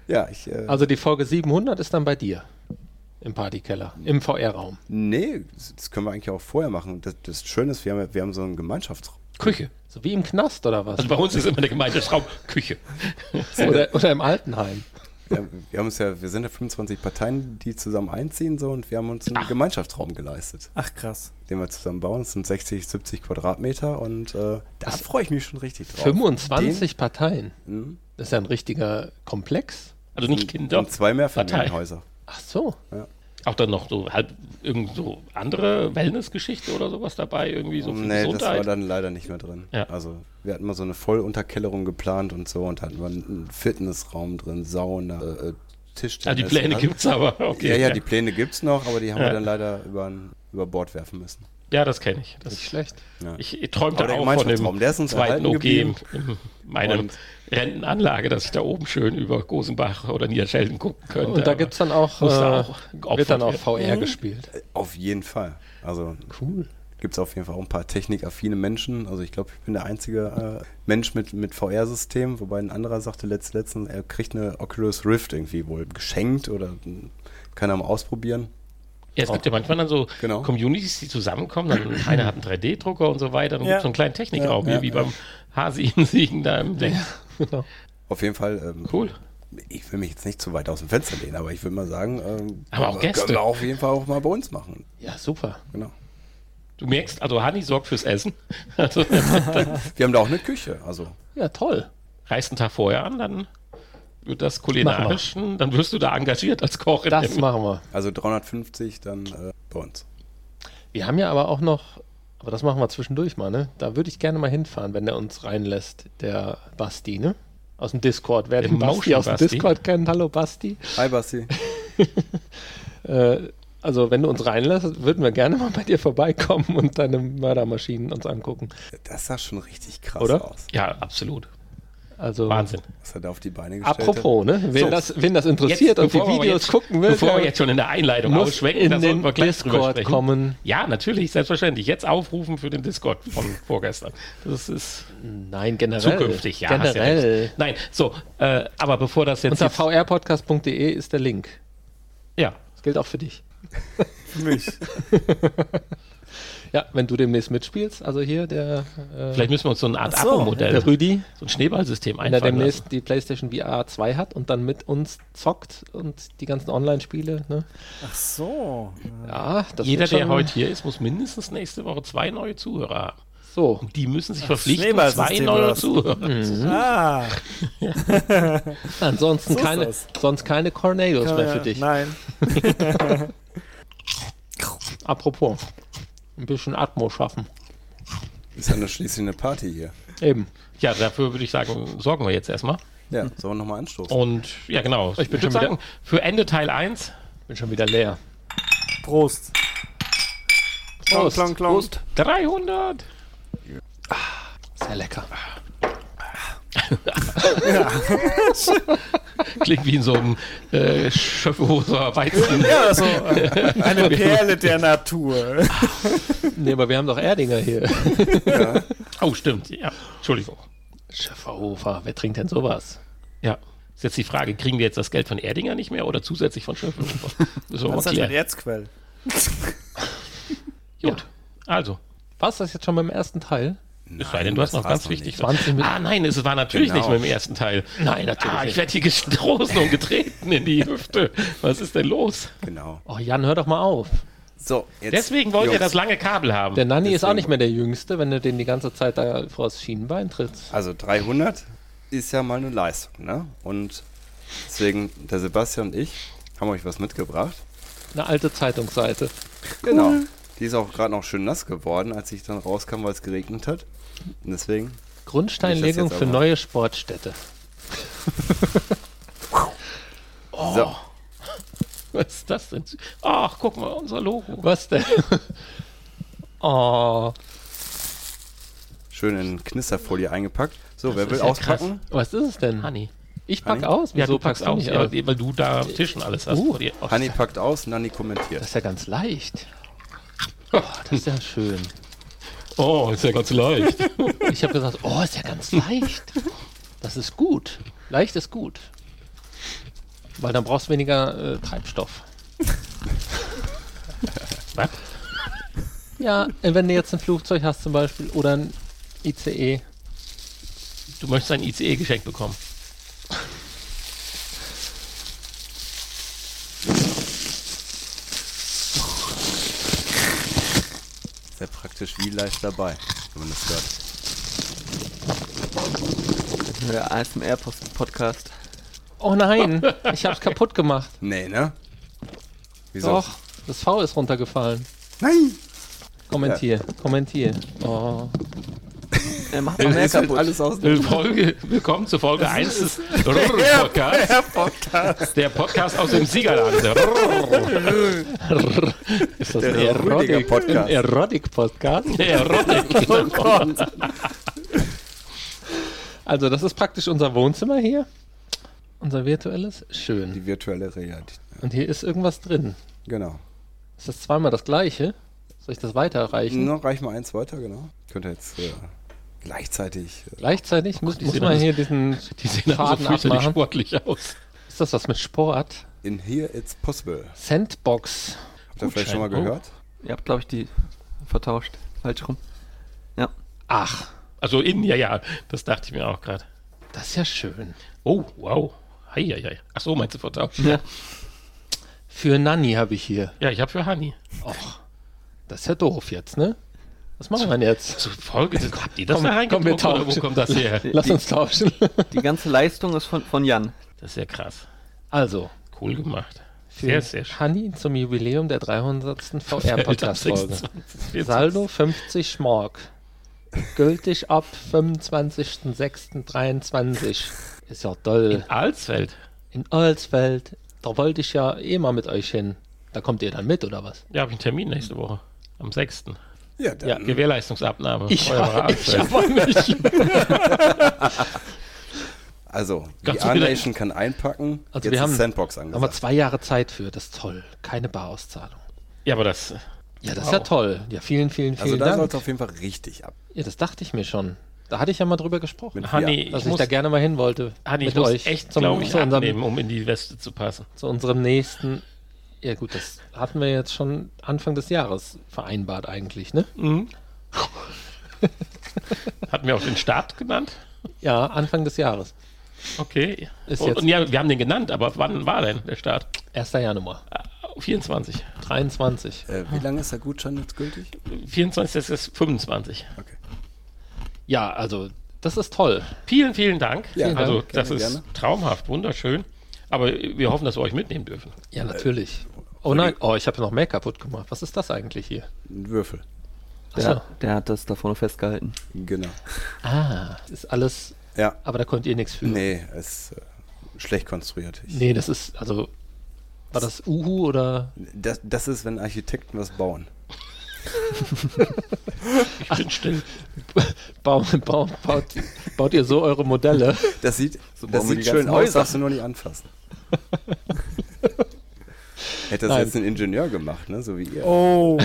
Speaker 4: Ja, ich. Äh,
Speaker 2: Also die Folge 700 ist dann bei dir. Im Partykeller, im VR-Raum.
Speaker 4: nee, das- das können wir eigentlich auch vorher machen. Das, das Schöne ist, wir haben, wir haben so einen Gemeinschaftsraum.
Speaker 3: Küche.
Speaker 2: So wie im Knast oder was?
Speaker 3: Also bei uns ist immer der Gemeinschaftsraum Küche.
Speaker 2: Oder, oder im Altenheim.
Speaker 4: Wir, haben- wir haben uns ja, wir sind ja 25 Parteien, die zusammen einziehen so und wir haben uns einen Gemeinschaftsraum geleistet,
Speaker 5: Ach krass.
Speaker 4: den wir zusammen bauen. Das sind 60, 70 Quadratmeter und äh, da freue ich mich schon richtig drauf.
Speaker 2: 25 Parteien.
Speaker 3: Mhm.
Speaker 4: Den,
Speaker 2: Das ist ja ein richtiger Komplex.
Speaker 3: Also nicht
Speaker 4: mh,
Speaker 3: Kinder.
Speaker 4: Mhm. und zwei Mehrfamilienhäuser.
Speaker 2: Ach so.
Speaker 3: Auch dann noch so halb irgend so andere Wellnessgeschichte oder sowas dabei, irgendwie so für
Speaker 4: nee, das war
Speaker 3: Gesundheit.
Speaker 4: dann leider nicht mehr drin.
Speaker 3: Ja.
Speaker 4: Also wir hatten mal so eine Vollunterkellerung geplant und so und hatten wir einen Fitnessraum drin, Sauna, äh, äh, Tischtennis.
Speaker 3: Ah, die Pläne
Speaker 4: Alles-
Speaker 3: gibt's aber. Okay.
Speaker 4: ja, ja, die Pläne gibt's noch, aber die haben
Speaker 3: Ja.
Speaker 4: wir dann leider über, über Bord werfen müssen.
Speaker 3: Ja, das kenne ich. Das
Speaker 2: Nicht schlecht.
Speaker 4: Ja.
Speaker 3: Ich träumte
Speaker 4: Aber der
Speaker 3: auch von
Speaker 4: Gemeinschaftsraum,
Speaker 3: dem
Speaker 4: der ist uns
Speaker 3: zweiten
Speaker 4: erhalten
Speaker 3: OG in
Speaker 4: geblieben.
Speaker 3: meiner
Speaker 4: Und-
Speaker 3: Rentenanlage, dass ich da oben schön über Gosenbach oder Niederschelden gucken könnte.
Speaker 2: Und da
Speaker 3: aber
Speaker 2: gibt es dann auch, äh,
Speaker 3: muss da auch
Speaker 2: wird dann auch
Speaker 3: geopfert Mhm.
Speaker 2: VR gespielt.
Speaker 4: Auf jeden Fall. Also
Speaker 2: Cool.
Speaker 4: gibt's auf jeden Fall auch ein paar technikaffine Menschen. Also ich glaube, ich bin der einzige äh, Mensch mit, mit VR-System, wobei ein anderer sagte letzt, letztens, er kriegt eine Oculus Rift irgendwie wohl geschenkt oder mh, kann er mal ausprobieren.
Speaker 3: Ja, es gibt ja manchmal dann so
Speaker 4: Genau.
Speaker 3: Communities, die zusammenkommen. Dann einer hat einen 3D-Drucker und so weiter. Dann
Speaker 5: Ja.
Speaker 3: gibt es so einen kleinen Technikraum,
Speaker 4: Ja,
Speaker 3: hier
Speaker 4: ja,
Speaker 3: wie
Speaker 4: ja.
Speaker 3: beim Hasi in Siegen da im Ding.
Speaker 2: Genau.
Speaker 4: Auf jeden Fall, ähm,
Speaker 3: Cool.
Speaker 4: ich will mich jetzt nicht zu weit aus dem Fenster lehnen, aber ich würde mal sagen, ähm,
Speaker 3: Aber auch Gäste.
Speaker 4: können wir auf jeden Fall auch mal bei uns machen.
Speaker 2: Ja, super.
Speaker 4: Genau.
Speaker 3: Du merkst, also Hani sorgt fürs Essen. Also
Speaker 4: Wir haben da auch eine Küche, also
Speaker 2: Ja, toll.
Speaker 3: reißt einen Tag vorher an, dann wird das kulinarisch. Dann wirst du da engagiert als Koch. in
Speaker 2: Das
Speaker 3: dem-
Speaker 2: machen wir.
Speaker 4: Also 350 dann äh, bei uns.
Speaker 2: Wir haben ja aber auch noch, aber das machen wir zwischendurch mal, ne? Da würde ich gerne mal hinfahren, wenn der uns reinlässt, der Basti, ne? Aus dem Discord. Wer
Speaker 3: Der
Speaker 2: den Basti
Speaker 3: Motion
Speaker 2: aus dem
Speaker 3: Basti.
Speaker 2: Discord kennt, hallo Basti.
Speaker 4: Hi Basti.
Speaker 2: Äh, also, wenn du uns reinlässt, würden wir gerne mal bei dir vorbeikommen und deine Mördermaschinen uns angucken.
Speaker 4: Das sah schon richtig krass
Speaker 2: Oder?
Speaker 4: aus,
Speaker 3: ja, absolut.
Speaker 2: Also,
Speaker 3: Wahnsinn.
Speaker 4: was er da auf die Beine gestellt
Speaker 2: Apropos, ne? Wen,
Speaker 3: So.
Speaker 2: das, wen das interessiert und die
Speaker 3: bevor wir
Speaker 2: Videos
Speaker 3: jetzt,
Speaker 2: gucken will,
Speaker 3: Bevor
Speaker 2: der
Speaker 3: wir jetzt schon in der Einleitung
Speaker 2: muss
Speaker 3: ausschwenken, da
Speaker 2: in
Speaker 3: sollten
Speaker 2: den
Speaker 3: wir gleich drüber
Speaker 2: Discord
Speaker 3: sprechen.
Speaker 2: kommen.
Speaker 3: Ja, natürlich, selbstverständlich. Jetzt aufrufen für den Discord von vorgestern. Das ist
Speaker 2: Nein, generell.
Speaker 3: zukünftig, ja. hast ja
Speaker 2: Generell.
Speaker 3: recht. Nein, so, äh, aber bevor das jetzt.
Speaker 2: Unter
Speaker 3: jetzt
Speaker 2: vrpodcast.de E ist der Link.
Speaker 3: ja,
Speaker 2: Das gilt auch für dich.
Speaker 5: Für mich.
Speaker 2: Ja, wenn du demnächst mitspielst, also hier der, äh,
Speaker 3: vielleicht müssen wir uns so eine Art
Speaker 5: Ach so.
Speaker 3: Abo-Modell,
Speaker 2: der Rüdi,
Speaker 3: so ein Schneeballsystem
Speaker 2: wenn er
Speaker 3: einfallen
Speaker 2: demnächst
Speaker 3: Äh, lassen.
Speaker 2: die PlayStation VR 2 hat und dann mit uns zockt und die ganzen Online-Spiele. Ne?
Speaker 5: Ach so.
Speaker 2: Ja, das
Speaker 3: Jeder,
Speaker 2: wird schon
Speaker 3: der heute hier ist, muss mindestens nächste Woche zwei neue Zuhörer haben.
Speaker 2: so.
Speaker 3: Die müssen sich verpflichten, zwei
Speaker 5: Schneeballsystem oder
Speaker 3: neue
Speaker 5: was?
Speaker 3: Zuhörer.
Speaker 5: Ah.
Speaker 2: Ansonsten
Speaker 5: So ist
Speaker 2: keine,
Speaker 5: das.
Speaker 2: sonst keine Cornelius mehr für dich.
Speaker 5: Nein.
Speaker 2: Apropos, ein bisschen Atmo schaffen.
Speaker 4: hat. Ist ja nur schließlich eine Party hier.
Speaker 2: Eben.
Speaker 3: Ja, dafür würde ich sagen, sorgen wir jetzt erstmal.
Speaker 4: Ja, sollen wir nochmal
Speaker 3: Oh.
Speaker 4: anstoßen?
Speaker 3: Und ja, genau. Ich
Speaker 2: bin
Speaker 3: würde
Speaker 2: schon wieder-
Speaker 3: sagen, für Ende Teil 1
Speaker 2: Bin schon wieder leer.
Speaker 5: Prost.
Speaker 2: Prost.
Speaker 5: Klong, klong.
Speaker 3: 300.
Speaker 2: Sehr lecker.
Speaker 3: Klingt wie in so einem äh, Schöffehoser Weizen.
Speaker 5: Ja, also äh, eine Perle der Natur.
Speaker 2: Ah, Nee, aber wir haben doch Erdinger hier.
Speaker 3: Oh, stimmt. Ja, Entschuldigung.
Speaker 2: Schäferhofer, wer trinkt denn sowas?
Speaker 3: Ja. Ist jetzt die Frage, kriegen wir jetzt das Geld von Erdinger nicht mehr oder zusätzlich von Schöffehofer? Müssen wir mal
Speaker 5: Das ist halt ein
Speaker 3: klären.
Speaker 5: Erzquell.
Speaker 3: Gut. Also,
Speaker 2: Was das jetzt schon beim ersten Teil?
Speaker 4: Nein,
Speaker 3: es sei denn, du hast
Speaker 4: das
Speaker 3: noch ganz
Speaker 4: war's
Speaker 3: wichtig.
Speaker 4: nicht.
Speaker 2: 20 Minuten.
Speaker 3: Ah, nein, es war natürlich
Speaker 4: Genau.
Speaker 3: nicht mit dem ersten Teil. Nein,
Speaker 2: natürlich
Speaker 3: Ah, ich
Speaker 2: nicht.
Speaker 3: werde hier gestoßen und getreten in die Hüfte. Was ist denn los?
Speaker 4: Genau.
Speaker 2: Oh, Jan, hör doch mal auf.
Speaker 4: So, jetzt.
Speaker 3: Deswegen wollt ihr
Speaker 4: Jungs.
Speaker 3: das lange Kabel haben.
Speaker 2: Der Nanni ist auch
Speaker 4: Deswegen-
Speaker 2: nicht mehr der Jüngste, wenn du den die ganze Zeit da vor das Schienenbein trittst.
Speaker 4: Also 300 ist ja mal eine Leistung, ne? Und deswegen, der Sebastian und ich haben euch was mitgebracht.
Speaker 2: Eine alte Zeitungsseite.
Speaker 4: Genau. Die ist auch gerade noch schön nass geworden, als ich dann rauskam, weil es geregnet hat. Und deswegen,
Speaker 2: Grundsteinlegung
Speaker 4: Nicht das jetzt
Speaker 2: für
Speaker 4: aber.
Speaker 2: neue Sportstätte.
Speaker 3: Oh.
Speaker 4: So.
Speaker 3: Was ist das denn? Ach, guck mal, unser Logo.
Speaker 2: Was denn? oh,
Speaker 4: Schön in Knisterfolie eingepackt. So,
Speaker 3: Das
Speaker 4: wer
Speaker 3: ist
Speaker 4: will
Speaker 3: ja
Speaker 4: auspacken?
Speaker 2: was ist es denn?
Speaker 3: Honey.
Speaker 2: Ich pack
Speaker 4: Honey?
Speaker 2: aus.
Speaker 3: Ja,
Speaker 2: Wieso
Speaker 3: du packst
Speaker 2: du
Speaker 3: aus,
Speaker 2: nicht
Speaker 3: ja, weil du da am Tisch und alles hast.
Speaker 2: Uh.
Speaker 3: vor dir. Oh,
Speaker 4: Hanni packt aus, Nanni kommentiert.
Speaker 2: Das ist ja ganz leicht. Oh, das ist ja schön.
Speaker 3: Oh, ist ja ganz leicht.
Speaker 2: Ich habe gesagt, oh, ist ja ganz leicht. Das ist gut. Leicht ist gut. Weil dann brauchst du weniger äh, Treibstoff.
Speaker 3: Was?
Speaker 2: Ja, äh, wenn du jetzt ein Flugzeug hast zum Beispiel oder ein E. ICE.
Speaker 3: Du möchtest ein ICE geschenkt bekommen.
Speaker 4: Sehr praktisch wie live dabei, wenn man das hört.
Speaker 6: Der ASMR-Podcast.
Speaker 2: Oh nein, ich hab's kaputt gemacht.
Speaker 4: Nee, ne? Wieso?
Speaker 2: Doch, das V ist runtergefallen.
Speaker 4: Nein!
Speaker 2: Kommentier, kommentier. Oh.
Speaker 6: Er
Speaker 3: Äh,
Speaker 6: macht noch
Speaker 4: Dann
Speaker 6: mehr
Speaker 4: ist halt
Speaker 6: kaputt.
Speaker 4: alles aus.
Speaker 3: Folge, willkommen zu Folge 1 des Rrrr-Podcasts. Der Podcast aus dem Siegerland. Der Rrrr.
Speaker 2: Ist das
Speaker 4: Der Rüdiger Podcast.
Speaker 2: ein
Speaker 4: Oh
Speaker 2: Erotik-Podcast?
Speaker 3: Der Rrrr.
Speaker 2: Also, das ist praktisch unser Wohnzimmer hier. Unser virtuelles. Schön.
Speaker 4: Die virtuelle Realität.
Speaker 2: Und hier ist irgendwas drin.
Speaker 4: Genau.
Speaker 2: Ist das zweimal das gleiche? Soll ich das weiterreichen?
Speaker 4: Noch Ne, reich mal eins weiter, genau. Könnt ihr jetzt äh, gleichzeitig. Äh,
Speaker 2: Gleichzeitig muss,
Speaker 3: die
Speaker 2: muss
Speaker 3: sehen
Speaker 2: man
Speaker 3: alles-
Speaker 2: hier diesen
Speaker 3: Die sehen aber so
Speaker 2: Faden
Speaker 3: fürchterlich
Speaker 2: abmachen.
Speaker 3: sportlich aus.
Speaker 2: Ist das was mit Sport?
Speaker 4: in Here It's Possible. Habt
Speaker 2: Sandbox.
Speaker 4: ihr vielleicht schon mal
Speaker 3: Gutschein. Oh.
Speaker 4: gehört?
Speaker 6: Ihr habt, glaube ich, die vertauscht. Falsch rum.
Speaker 2: Ach,
Speaker 3: Also innen, ja, ja. Das dachte ich mir auch gerade.
Speaker 2: das ist ja schön.
Speaker 3: Oh, wow. Heieiei. Ach so, meinst du vertauscht?
Speaker 6: Ja.
Speaker 2: Für Nanny habe ich hier.
Speaker 3: Ja, ich habe für Hani.
Speaker 2: Och, das ist ja doof jetzt, ne? Was machen wir denn jetzt?
Speaker 3: Zu Folge, habt ihr das
Speaker 2: Komm,
Speaker 3: da
Speaker 2: komm,
Speaker 3: reingedruckt
Speaker 2: wir
Speaker 3: oder wo
Speaker 2: tauschen.
Speaker 3: kommt das her?
Speaker 2: Lass uns tauschen.
Speaker 6: Die ganze Leistung ist von, von Jan.
Speaker 3: Das ist ja krass.
Speaker 2: Also,
Speaker 3: Cool gemacht.
Speaker 2: für
Speaker 3: Sehr, sehr schön.
Speaker 2: Hanni zum Jubiläum der 300. VR-Podcast-Folge.
Speaker 3: 26.
Speaker 2: Saldo 50 Schmorg. Gültig ab 25.06.23. Ist ja toll.
Speaker 3: Alsfeld.
Speaker 2: In Alsfeld, da wollte ich ja eh mal mit euch hin. Da kommt ihr dann mit, oder was?
Speaker 3: Ja, habe ich einen Termin nächste Woche. Am 6.
Speaker 4: Ja, dann.
Speaker 3: Ja, Gewährleistungsabnahme.
Speaker 2: Ich-
Speaker 3: Feuerwehr
Speaker 2: ich
Speaker 3: Alsfeld.
Speaker 4: Also, die
Speaker 3: Ganz so viele-
Speaker 4: A-Nation kann einpacken.
Speaker 2: Also
Speaker 4: jetzt
Speaker 2: wir
Speaker 4: ist
Speaker 2: haben-
Speaker 4: Sandbox
Speaker 2: Haben wir
Speaker 4: angesagt.
Speaker 2: zwei Jahre Zeit für, das ist toll. Keine Barauszahlung.
Speaker 3: Ja, aber das.
Speaker 2: Ja, das ist ja
Speaker 3: Wow.
Speaker 2: toll. Ja, vielen, vielen,
Speaker 4: Also,
Speaker 2: vielen
Speaker 4: da
Speaker 2: Dank.
Speaker 4: sollte auf jeden Fall richtig ab.
Speaker 2: Ja, das dachte ich mir schon. Da hatte ich ja mal drüber gesprochen,
Speaker 4: Mit
Speaker 3: Hanni,
Speaker 2: dass
Speaker 3: ich
Speaker 2: ich,
Speaker 3: muss,
Speaker 2: da gerne mal hin wollte.
Speaker 3: Hanni, ich
Speaker 2: mit
Speaker 3: muss
Speaker 2: euch
Speaker 3: echt,
Speaker 2: zum,
Speaker 3: glaube ich,
Speaker 2: zu,
Speaker 3: abnehmen,
Speaker 2: unserem,
Speaker 3: um in die Weste zu passen.
Speaker 2: zu unserem nächsten. Ja, gut, das hatten wir jetzt schon Anfang des Jahres vereinbart, eigentlich, ne?
Speaker 3: Hatten wir auch den Start genannt?
Speaker 2: Ja, Anfang des Jahres.
Speaker 3: Okay.
Speaker 2: Ist
Speaker 3: und,
Speaker 2: jetzt-
Speaker 3: und ja, wir haben den genannt, aber wann war denn der Start?
Speaker 2: 1. Januar,
Speaker 3: Oh, 24.
Speaker 2: 23.
Speaker 4: Äh, wie lange ist der Gutschein jetzt gültig?
Speaker 3: 24, das ist 25.
Speaker 2: Ja, also, das ist toll.
Speaker 3: Vielen, vielen Dank.
Speaker 4: Ja,
Speaker 2: Vielen
Speaker 3: also,
Speaker 2: Dank.
Speaker 3: das
Speaker 4: Gerne,
Speaker 3: ist
Speaker 4: gerne.
Speaker 3: traumhaft, wunderschön. Aber wir hoffen, dass wir euch mitnehmen dürfen.
Speaker 2: Ja, natürlich. Oh nein, oh, ich habe noch mehr kaputt gemacht. Was ist das eigentlich hier?
Speaker 4: Ein Würfel.
Speaker 6: Der,
Speaker 2: Achso.
Speaker 6: der hat das da vorne festgehalten.
Speaker 4: Genau.
Speaker 2: Ah, ist alles,
Speaker 4: Ja.
Speaker 2: aber da könnt ihr nichts für.
Speaker 4: Nee, ist äh, schlecht konstruiert. Ich,
Speaker 2: Nee, das ist, also, war das Uhu oder?
Speaker 4: das, das ist, wenn Architekten was bauen.
Speaker 3: Ich bin still.
Speaker 2: Bau, bau, baut, baut ihr so eure Modelle?
Speaker 4: Das sieht, das
Speaker 6: bauen wir
Speaker 4: sieht
Speaker 6: die
Speaker 4: schön
Speaker 6: ganzen
Speaker 4: aus,
Speaker 6: Häuser.
Speaker 4: darfst du nur nicht anfassen. Hätte das
Speaker 2: Nein.
Speaker 4: jetzt ein Ingenieur gemacht, ne? so wie ihr.
Speaker 5: Oh.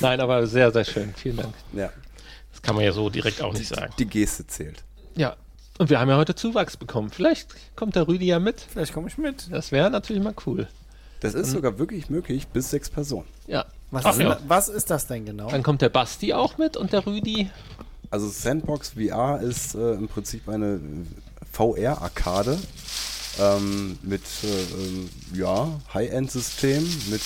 Speaker 2: Nein, aber sehr, sehr schön. Vielen Dank.
Speaker 4: Ja,
Speaker 3: Das kann man ja so direkt auch nicht sagen.
Speaker 4: die Geste zählt.
Speaker 2: Ja, und wir haben ja heute Zuwachs bekommen. Vielleicht kommt der Rüdi ja mit.
Speaker 5: Vielleicht komme ich mit.
Speaker 2: Das wäre natürlich mal cool.
Speaker 4: Das ist sogar wirklich möglich, bis sechs Personen.
Speaker 2: Ja,
Speaker 7: Was,
Speaker 3: Ach
Speaker 7: ist,
Speaker 3: ja.
Speaker 7: denn- was ist das denn genau?
Speaker 2: dann kommt der Basti auch mit und der Rüdi.
Speaker 4: Also Sandbox VR ist äh, im Prinzip eine VR-Arkade ähm, mit äh, ähm, ja, High-End-System, mit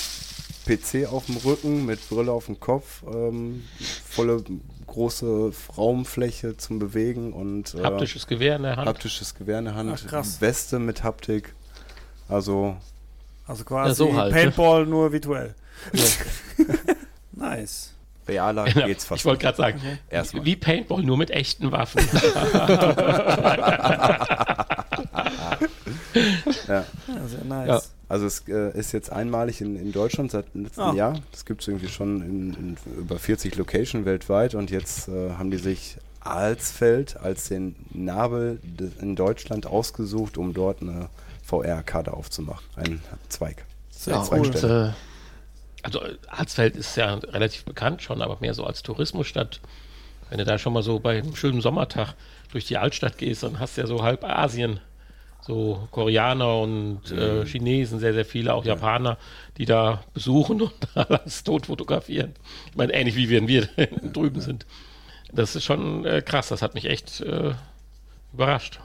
Speaker 4: PC auf dem Rücken, mit Brille auf dem Kopf, ähm, volle große Raumfläche zum Bewegen und äh,
Speaker 3: Haptisches Gewehr in der Hand.
Speaker 4: haptisches Gewehr in der Hand,
Speaker 5: Ach, krass.
Speaker 4: Weste mit Haptik. Also
Speaker 5: Also quasi
Speaker 2: Ja, so halt, ne?
Speaker 5: Paintball nur virtuell. nice.
Speaker 4: realer
Speaker 3: Ja,
Speaker 4: geht's fast.
Speaker 3: ich wollte gerade sagen,
Speaker 4: Erstmal.
Speaker 3: wie Paintball, nur mit echten Waffen.
Speaker 4: Ja.
Speaker 5: Ja, sehr nice.
Speaker 2: Ja.
Speaker 4: Also es äh, ist jetzt einmalig in, in Deutschland seit dem letzten
Speaker 5: Ah.
Speaker 4: Jahr. Das gibt es irgendwie schon in, in über 40 Locations weltweit und jetzt äh, haben die sich Alsfeld als den Nabel de, in Deutschland ausgesucht, um dort eine VR-Karte aufzumachen. Ein Zweig.
Speaker 2: Ja,
Speaker 4: zwei
Speaker 2: und
Speaker 4: Stellen.
Speaker 2: äh,
Speaker 3: Also äh, Harzfeld ist ja relativ bekannt schon, aber mehr so als Tourismusstadt. Wenn du da schon mal so bei einem schönen Sommertag durch die Altstadt gehst, dann hast du ja so halb Asien. So Koreaner und äh, Chinesen, sehr, sehr viele, auch Japaner, die da besuchen und alles tot fotografieren. Ich meine, ähnlich wie wenn wir drüben sind. Das ist schon äh, krass, das hat mich echt äh, überrascht,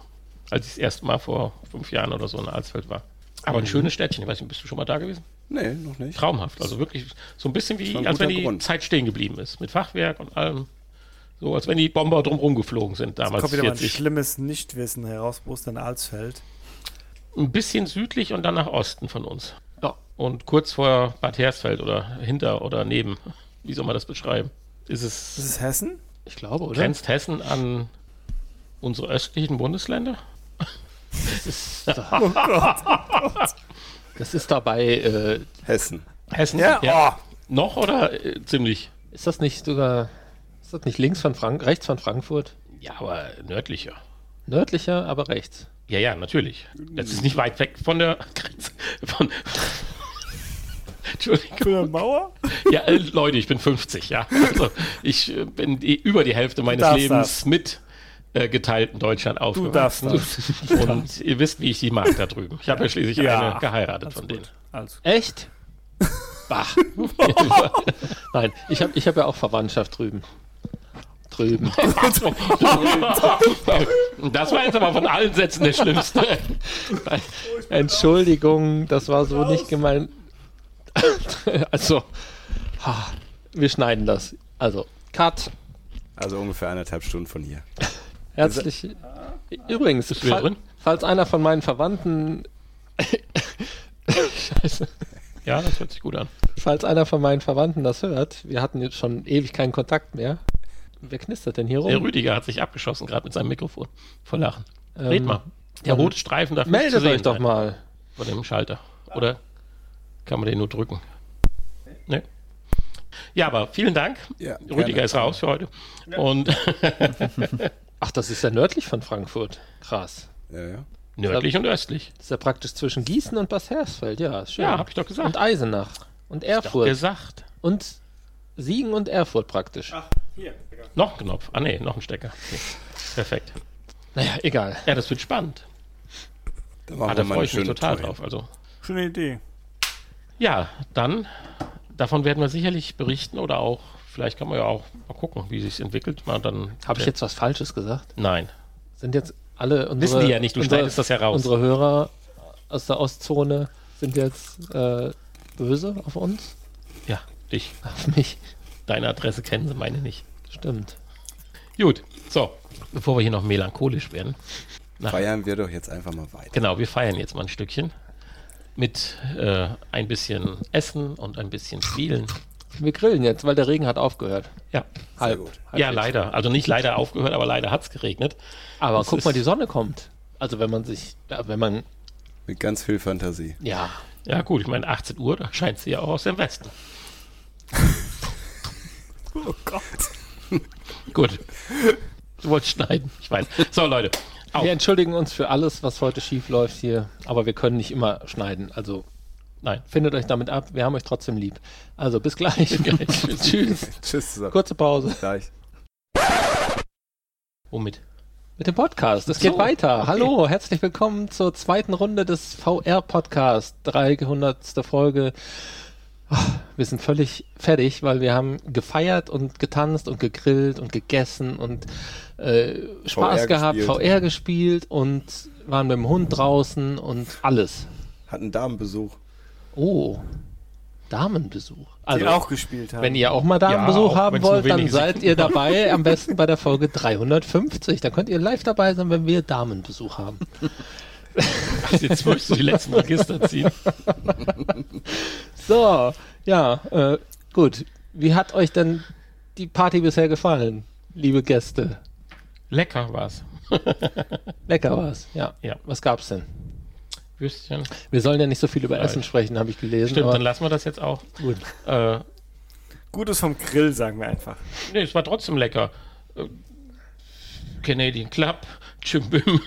Speaker 3: als ich das erste Mal vor fünf Jahren oder so in Alsfeld war. Aber ein schönes Städtchen, ich weiß nicht, bist du schon mal da gewesen?
Speaker 4: Nee, noch nicht.
Speaker 3: traumhaft. Also wirklich so ein bisschen wie,
Speaker 4: war ein
Speaker 3: als wenn
Speaker 4: guter
Speaker 3: die
Speaker 4: Grund.
Speaker 3: Zeit stehen geblieben ist. Mit Fachwerk und allem. So, als wenn die Bomber drumherum geflogen sind damals.
Speaker 5: Kommt wieder mal ein
Speaker 3: 40.
Speaker 5: schlimmes Nichtwissen heraus, wo ist denn Alsfeld?
Speaker 3: Ein bisschen südlich und dann nach Osten von uns. Ja. Und kurz vor Bad Hersfeld oder hinter oder neben. Wie soll man das beschreiben? Ist es,
Speaker 5: Ist es Hessen?
Speaker 2: ich glaube, oder?
Speaker 3: grenzt Hessen an unsere östlichen Bundesländer?
Speaker 2: Das ist dabei, äh,
Speaker 4: Hessen.
Speaker 3: Hessen?
Speaker 5: Ja,
Speaker 4: Oh.
Speaker 3: Noch oder äh, ziemlich?
Speaker 2: ist das nicht sogar, ist das nicht links von Frank, rechts von Frankfurt?
Speaker 3: Ja, aber nördlicher.
Speaker 2: Nördlicher, aber rechts.
Speaker 3: Ja, ja, natürlich. Das ist nicht weit weg von der Grenze. Von Entschuldigung.
Speaker 5: Für eine Mauer?
Speaker 3: Ja, äh, Leute, ich bin 50, ja. Also ich äh, bin die, über die Hälfte meines
Speaker 5: darfst
Speaker 3: Lebens
Speaker 5: das.
Speaker 3: mit äh, geteilten Deutschland aufgewachsen.
Speaker 5: darfst
Speaker 3: Und ihr wisst, wie ich die mag da drüben. Ich habe ja schließlich
Speaker 5: Ja.
Speaker 3: eine geheiratet
Speaker 5: Alles
Speaker 3: von denen.
Speaker 5: gut. Alles gut.
Speaker 2: Echt? Bah. Nein, ich habe ich hab ja auch Verwandtschaft drüben. Drüben.
Speaker 3: Oh, Das war jetzt aber von allen Sätzen der schlimmste.
Speaker 2: Entschuldigung, das war so nicht gemeint. also, ha, wir schneiden das. Also, Cut.
Speaker 4: Also ungefähr eineinhalb Stunden von hier.
Speaker 2: Herzlich. Übrigens,
Speaker 3: Ist wieder
Speaker 2: fall,
Speaker 3: drin?
Speaker 2: falls einer von meinen Verwandten,
Speaker 3: Scheiße. Ja, das hört sich gut an.
Speaker 2: falls einer von meinen Verwandten das hört, wir hatten jetzt schon ewig keinen Kontakt mehr. Wer knistert denn hier
Speaker 3: Der
Speaker 2: rum?
Speaker 3: Rüdiger hat sich abgeschossen gerade mit seinem Mikrofon. Vor Lachen.
Speaker 2: Ähm,
Speaker 3: Red mal. Der rote Streifen darf nicht zu
Speaker 2: Meldet
Speaker 3: sehen
Speaker 2: euch doch
Speaker 3: sein
Speaker 2: mal.
Speaker 3: Von dem Schalter. Oder kann man den nur drücken? Ne? Ja, aber vielen Dank.
Speaker 4: Ja,
Speaker 3: Rüdiger
Speaker 4: gerne.
Speaker 3: ist raus für heute. Und
Speaker 2: Ach, das ist ja nördlich von Frankfurt. Krass.
Speaker 4: Ja, ja.
Speaker 3: nördlich und östlich.
Speaker 2: Das ist ja praktisch zwischen Gießen und Bad Hersfeld. Ja, ist schön.
Speaker 3: Ja, hab ich doch gesagt.
Speaker 2: Und Eisenach. Und
Speaker 3: Doch
Speaker 2: Erfurt.
Speaker 3: gesagt.
Speaker 2: Und Siegen und Erfurt praktisch.
Speaker 3: Noch ein Knopf. Ah, nee, noch ein Stecker. Okay. Perfekt.
Speaker 2: Naja, egal.
Speaker 3: Ja, das wird spannend.
Speaker 4: Da,
Speaker 3: Ah,
Speaker 4: machen
Speaker 3: da
Speaker 4: wir mal
Speaker 3: freue
Speaker 4: eine
Speaker 3: ich mich
Speaker 4: schöne
Speaker 3: total
Speaker 4: Tour hin.
Speaker 3: drauf. Also,
Speaker 5: Schöne Idee.
Speaker 3: ja, dann, davon werden wir sicherlich berichten oder auch, vielleicht kann man ja auch mal gucken, wie sich entwickelt. Mal dann.
Speaker 2: Habe ich jetzt was Falsches gesagt?
Speaker 3: Nein.
Speaker 2: Sind jetzt alle unsere,
Speaker 3: Wissen die ja nicht, du
Speaker 2: unsere,
Speaker 3: schneidest das ja raus.
Speaker 2: Unsere Hörer aus der Ostzone sind jetzt äh, böse auf uns?
Speaker 3: Ja, dich.
Speaker 2: Auf mich.
Speaker 3: Deine Adresse kennen sie, meine nicht.
Speaker 2: Stimmt.
Speaker 3: Gut, so, bevor wir hier noch melancholisch werden.
Speaker 4: Feiern wir doch jetzt einfach mal weiter.
Speaker 3: Genau, wir feiern jetzt mal ein Stückchen. Mit äh, ein bisschen Essen und ein bisschen Spielen.
Speaker 2: Wir grillen jetzt, weil der Regen hat aufgehört.
Speaker 3: Ja,
Speaker 2: Halb.
Speaker 4: gut.
Speaker 2: halb
Speaker 3: ja leider. Also nicht leider aufgehört, aber leider hat es geregnet.
Speaker 2: Aber
Speaker 3: Es
Speaker 2: guck
Speaker 3: ist-
Speaker 2: mal, die Sonne kommt. Also wenn man sich, ja, wenn man,
Speaker 4: Mit ganz viel Fantasie.
Speaker 2: ja,
Speaker 3: Ja, gut, ich meine, 18 Uhr, da scheint sie ja auch aus dem Westen.
Speaker 5: Oh Gott.
Speaker 3: Gut. Du wolltest schneiden, ich weiß. So, Leute. Auf.
Speaker 2: wir entschuldigen uns für alles, was heute schief läuft hier, aber wir können nicht immer schneiden. Also
Speaker 3: Nein.
Speaker 2: findet euch damit ab, wir haben euch trotzdem lieb. Also bis gleich. Tschüss.
Speaker 4: Tschüss zusammen.
Speaker 2: Kurze Pause.
Speaker 4: Gleich.
Speaker 3: Womit?
Speaker 2: Mit dem Podcast. Es geht
Speaker 3: So,
Speaker 2: weiter.
Speaker 3: okay.
Speaker 2: Hallo, herzlich willkommen zur zweiten Runde des VR-Podcasts. 300. Folge. Ah, Wir sind völlig fertig, weil wir haben gefeiert und getanzt und gegrillt und gegessen und äh, Spaß
Speaker 4: VR
Speaker 2: gehabt,
Speaker 4: gespielt.
Speaker 2: VR gespielt und waren mit dem Hund draußen und alles.
Speaker 4: Hatten Damenbesuch.
Speaker 2: Oh, Damenbesuch. Also,
Speaker 5: Die auch gespielt haben.
Speaker 2: Wenn ihr auch mal da einen
Speaker 3: Ja,
Speaker 2: Besuch
Speaker 3: auch
Speaker 2: haben
Speaker 3: wenn's nur
Speaker 2: wollt, dann
Speaker 3: wenig
Speaker 2: seid
Speaker 3: sind.
Speaker 2: ihr dabei, am besten bei der Folge 350. Da könnt ihr live dabei sein, wenn wir Damenbesuch haben.
Speaker 3: Jetzt möchtest du die letzten Register ziehen.
Speaker 2: So, ja, äh, gut. Wie hat euch denn die Party bisher gefallen, liebe Gäste?
Speaker 3: Lecker war's.
Speaker 2: Lecker war's. Ja.
Speaker 3: Ja.
Speaker 2: Was gab's denn?
Speaker 3: Würstchen.
Speaker 2: Wir sollen ja nicht so viel über
Speaker 3: Nein.
Speaker 2: Essen sprechen, habe ich gelesen.
Speaker 3: Stimmt,
Speaker 2: aber
Speaker 3: dann lassen wir das jetzt auch.
Speaker 2: gut.
Speaker 3: Äh,
Speaker 5: Gutes vom Grill, sagen wir einfach.
Speaker 3: nee, es war trotzdem lecker. Äh, Canadian Club, Chimbim.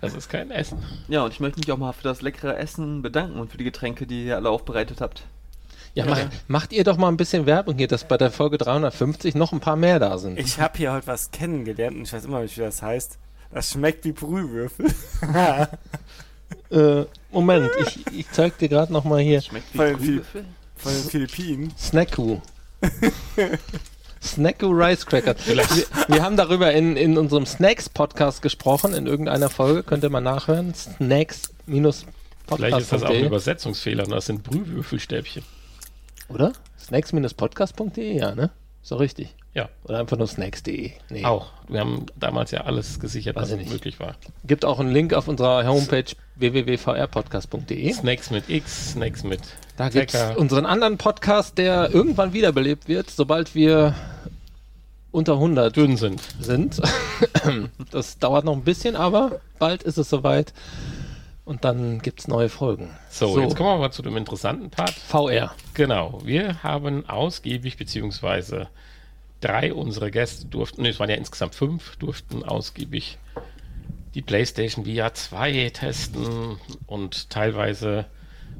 Speaker 3: das ist kein Essen.
Speaker 6: Ja, und ich möchte mich auch mal für das leckere Essen bedanken und für die Getränke, die ihr alle aufbereitet habt.
Speaker 2: Ja, mach, macht ihr doch mal ein bisschen Werbung hier, dass bei der Folge 350 noch ein paar mehr da sind.
Speaker 5: Ich habe hier heute was kennengelernt und ich weiß immer noch nicht, wie das heißt. Das schmeckt wie Brühwürfel.
Speaker 2: Äh, Moment, ich, ich zeig dir gerade nochmal hier
Speaker 6: Schmeckt
Speaker 5: Voll
Speaker 6: wie
Speaker 5: viel.
Speaker 6: Brühwürfel.
Speaker 5: Von den Philippinen.
Speaker 2: Snacku. Snacku Rice Cracker. Wir, wir haben darüber in, in unserem Snacks-Podcast gesprochen, in irgendeiner Folge, könnt ihr mal nachhören.
Speaker 3: Vielleicht ist das auch ein
Speaker 2: Snacks-podcast.de,
Speaker 3: Übersetzungsfehler. und Das sind Brühwürfelstäbchen.
Speaker 2: oder? Snacks-podcast.de, ja, ne? So richtig.
Speaker 3: Ja,
Speaker 2: Oder einfach nur snacks.de. Nee.
Speaker 3: auch. Wir haben damals ja alles gesichert,
Speaker 2: Weiß
Speaker 3: was
Speaker 2: ich nicht.
Speaker 3: möglich war.
Speaker 2: Gibt auch einen Link auf unserer Homepage www.vrpodcast.de.
Speaker 3: Snacks mit X, Snacks mit
Speaker 2: e. Da gibt es
Speaker 3: Lecker.
Speaker 2: unseren anderen Podcast, der irgendwann wiederbelebt wird, sobald wir unter 100
Speaker 3: dünn sind.
Speaker 2: sind. Das dauert noch ein bisschen, aber bald ist es soweit. Und dann gibt es neue Folgen.
Speaker 3: So, jetzt kommen wir mal zu dem interessanten Part.
Speaker 2: VR.
Speaker 3: Genau, wir haben ausgiebig, beziehungsweise drei unserer Gäste durften, nee, es waren ja insgesamt fünf, durften ausgiebig die PlayStation VR 2 testen und teilweise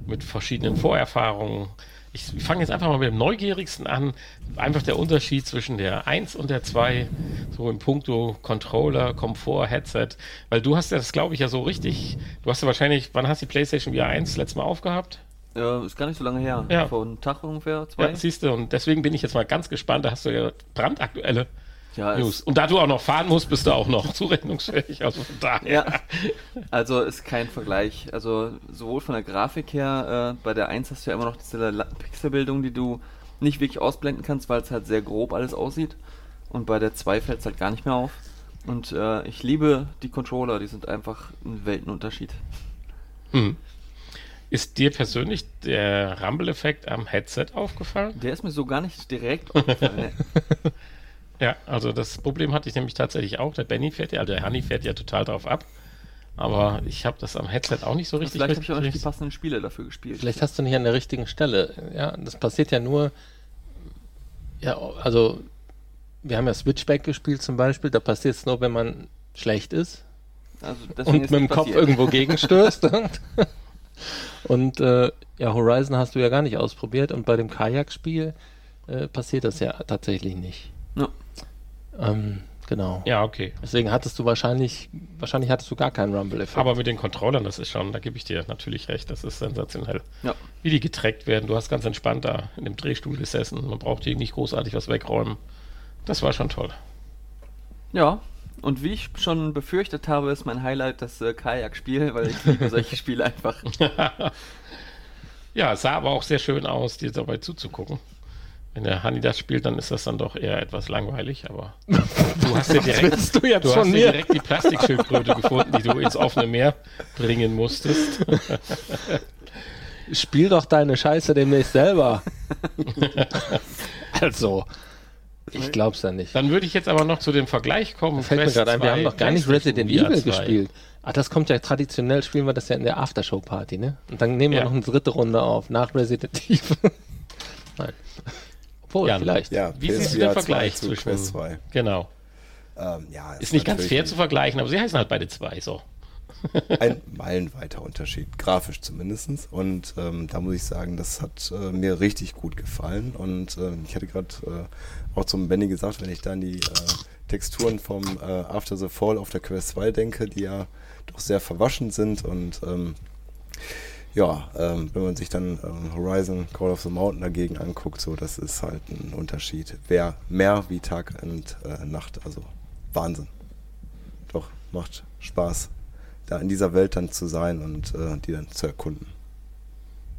Speaker 3: mit verschiedenen Vorerfahrungen. Ich fange jetzt einfach mal mit dem Neugierigsten an. Einfach der Unterschied zwischen der 1 und der 2, so in puncto Controller, Komfort, Headset. Weil du hast ja das, glaube ich, ja so richtig. Du hast ja wahrscheinlich, wann hast du die PlayStation VR 1 das letzte Mal aufgehabt?
Speaker 6: Äh, ist gar nicht so lange her.
Speaker 3: Ja.
Speaker 6: Vor einem Tag ungefähr, zwei.
Speaker 3: Ja, siehst du, und deswegen bin ich jetzt mal ganz gespannt. Da hast du ja brandaktuelle
Speaker 6: Ja,
Speaker 3: News.
Speaker 6: es,
Speaker 3: Und da du auch noch fahren musst, bist du auch noch zurechnungsfähig. Also von daher.
Speaker 6: ja. Also ist kein Vergleich. Also sowohl von der Grafik her, äh, bei der 1 hast du ja immer noch diese La- Pixelbildung, die du nicht wirklich ausblenden kannst, weil es halt sehr grob alles aussieht. Und bei der 2 fällt es halt gar nicht mehr auf. Und äh, ich liebe die Controller, die sind einfach ein Weltenunterschied.
Speaker 3: Hm. Ist dir persönlich der Rumble-Effekt am Headset aufgefallen?
Speaker 6: Der ist mir so gar nicht direkt aufgefallen.
Speaker 3: Ja, also das Problem hatte ich nämlich tatsächlich auch. Der Benny fährt ja, also der Hanni fährt ja total drauf ab. Aber ich habe das am Headset auch nicht so richtig
Speaker 6: Also Vielleicht habe ich auch nicht die
Speaker 3: mitgekriegt.
Speaker 6: passenden Spiele dafür gespielt.
Speaker 2: Vielleicht hast du nicht an der richtigen Stelle. Ja, das passiert ja nur. Ja, also wir haben ja Switchback gespielt zum Beispiel. Da passiert es nur, wenn man schlecht ist.
Speaker 6: Also deswegen
Speaker 2: und
Speaker 6: ist
Speaker 2: mit dem
Speaker 6: nicht
Speaker 2: Kopf
Speaker 6: passiert.
Speaker 2: irgendwo gegenstößt. und äh, ja, Horizon hast du ja gar nicht ausprobiert und bei dem Kajakspiel äh, passiert das ja tatsächlich nicht.
Speaker 6: Ja.
Speaker 2: Ähm, genau.
Speaker 3: Ja, okay.
Speaker 2: Deswegen hattest du wahrscheinlich, wahrscheinlich hattest du gar keinen Rumble-Effekt.
Speaker 3: Aber mit den Controllern, das ist schon, da gebe ich dir natürlich recht, das ist sensationell.
Speaker 6: Ja.
Speaker 3: Wie die getreckt werden, du hast ganz entspannt da in dem Drehstuhl gesessen, man braucht hier nicht großartig was wegräumen. Das war schon toll.
Speaker 6: Ja, und wie ich schon befürchtet habe, ist mein Highlight das äh, Kajak-Spiel, weil ich liebe solche Spiele einfach.
Speaker 3: Ja, es sah aber auch sehr schön aus, dir dabei zuzugucken. Wenn der Hani das spielt, dann ist das dann doch eher etwas langweilig, aber du hast ja direkt,
Speaker 2: du jetzt
Speaker 3: du
Speaker 2: von
Speaker 3: hast
Speaker 2: mir?
Speaker 3: dir direkt die Plastikschildkröte gefunden, die du ins offene Meer bringen musstest.
Speaker 2: Spiel doch deine Scheiße demnächst selber. also, ich glaub's ja nicht.
Speaker 3: Dann würde ich jetzt aber noch zu dem Vergleich kommen.
Speaker 2: Fällt mir
Speaker 3: Quest
Speaker 2: gerade ein, wir
Speaker 3: 2,
Speaker 2: haben noch gar nicht
Speaker 3: PlayStation
Speaker 2: Resident
Speaker 3: VR
Speaker 2: Evil
Speaker 3: 2.
Speaker 2: gespielt. Ach, das kommt ja traditionell, spielen wir das ja in der Aftershow-Party, ne? Und dann nehmen wir
Speaker 3: Ja.
Speaker 2: noch eine dritte Runde auf, nach Resident Evil. Nein. Obwohl,
Speaker 3: Jan.
Speaker 2: vielleicht.
Speaker 4: Ja,
Speaker 3: Oh, Wie siehst du
Speaker 4: PSVR
Speaker 3: den Vergleich
Speaker 4: 2 zu
Speaker 3: zwischen-
Speaker 4: PS2?
Speaker 3: Genau.
Speaker 4: Ähm, ja,
Speaker 3: Ist nicht ganz
Speaker 4: natürlich
Speaker 3: fair zu vergleichen, aber sie heißen halt beide zwei. So.
Speaker 4: ein meilenweiter Unterschied, grafisch zumindest. Und ähm, da muss ich sagen, das hat äh, mir richtig gut gefallen. Und ähm, ich hatte gerade äh, auch zum Benny gesagt, wenn ich dann die äh, Texturen vom äh, After the Fall auf der Quest 2 denke, die ja doch sehr verwaschen sind und ähm, ja, ähm, wenn man sich dann ähm, Horizon Call of the Mountain dagegen anguckt, so das ist halt ein Unterschied. Wer mehr wie Tag und äh, Nacht, also Wahnsinn. Doch, macht Spaß, da in dieser Welt dann zu sein und äh, die dann zu erkunden.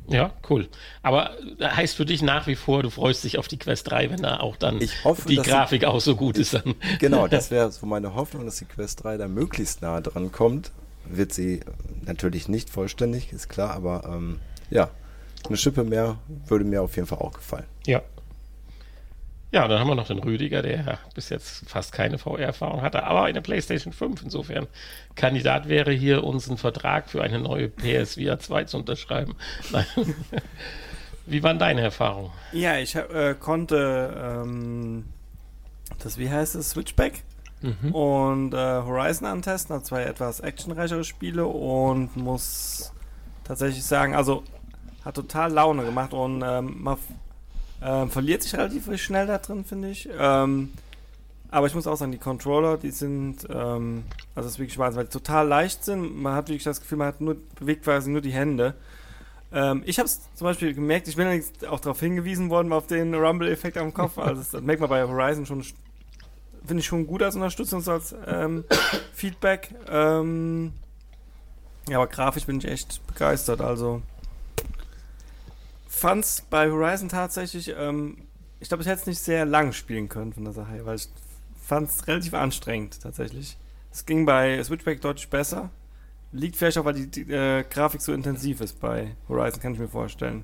Speaker 3: Ja, cool. Aber äh, heißt für dich nach wie vor, du freust dich auf die Quest 3, wenn da auch dann
Speaker 4: Ich hoffe,
Speaker 3: die
Speaker 4: dass sie-
Speaker 3: Grafik auch so gut ist dann.
Speaker 4: Genau, das wäre so meine Hoffnung, dass die Quest 3 da möglichst nah dran kommt. Wird sie natürlich nicht vollständig, ist klar, aber ähm, ja, eine Schippe mehr würde mir auf jeden Fall auch gefallen.
Speaker 3: Ja. Ja, dann haben wir noch den Rüdiger, der bis jetzt fast keine VR-Erfahrung hatte, aber eine PlayStation 5. Insofern Kandidat wäre hier, uns einen Vertrag für eine neue PSVR 2 zu unterschreiben. Nein. Wie waren deine Erfahrungen?
Speaker 5: Ja, ich hab, äh, konnte ähm, das, wie heißt es, Switchback und äh, Horizon antesten, also zwei etwas actionreichere Spiele und muss tatsächlich sagen, also hat total Laune gemacht und ähm, man f- ähm, verliert sich relativ schnell da drin, finde ich. Ähm, aber ich muss auch sagen, die Controller, die sind, ähm, also das ist wirklich Wahnsinn, weil die total leicht sind. Man hat wirklich das Gefühl, man hat nur, bewegt quasi nur die Hände. Ähm, ich habe es zum Beispiel gemerkt, ich bin allerdings auch darauf hingewiesen worden, auf den Rumble-Effekt am Kopf. Also das, das merkt man bei Horizon schon, finde ich schon gut als Unterstützung, so als ähm, Feedback. Ähm, ja, aber grafisch bin ich echt begeistert. Also fand's bei Horizon tatsächlich, ähm, ich glaube, ich hätte es nicht sehr lang spielen können von der Sache, her, weil ich fand's relativ anstrengend tatsächlich. Es ging bei Switchback deutlich besser. Liegt vielleicht auch, weil die, die äh, Grafik so intensiv ist bei Horizon, kann ich mir vorstellen.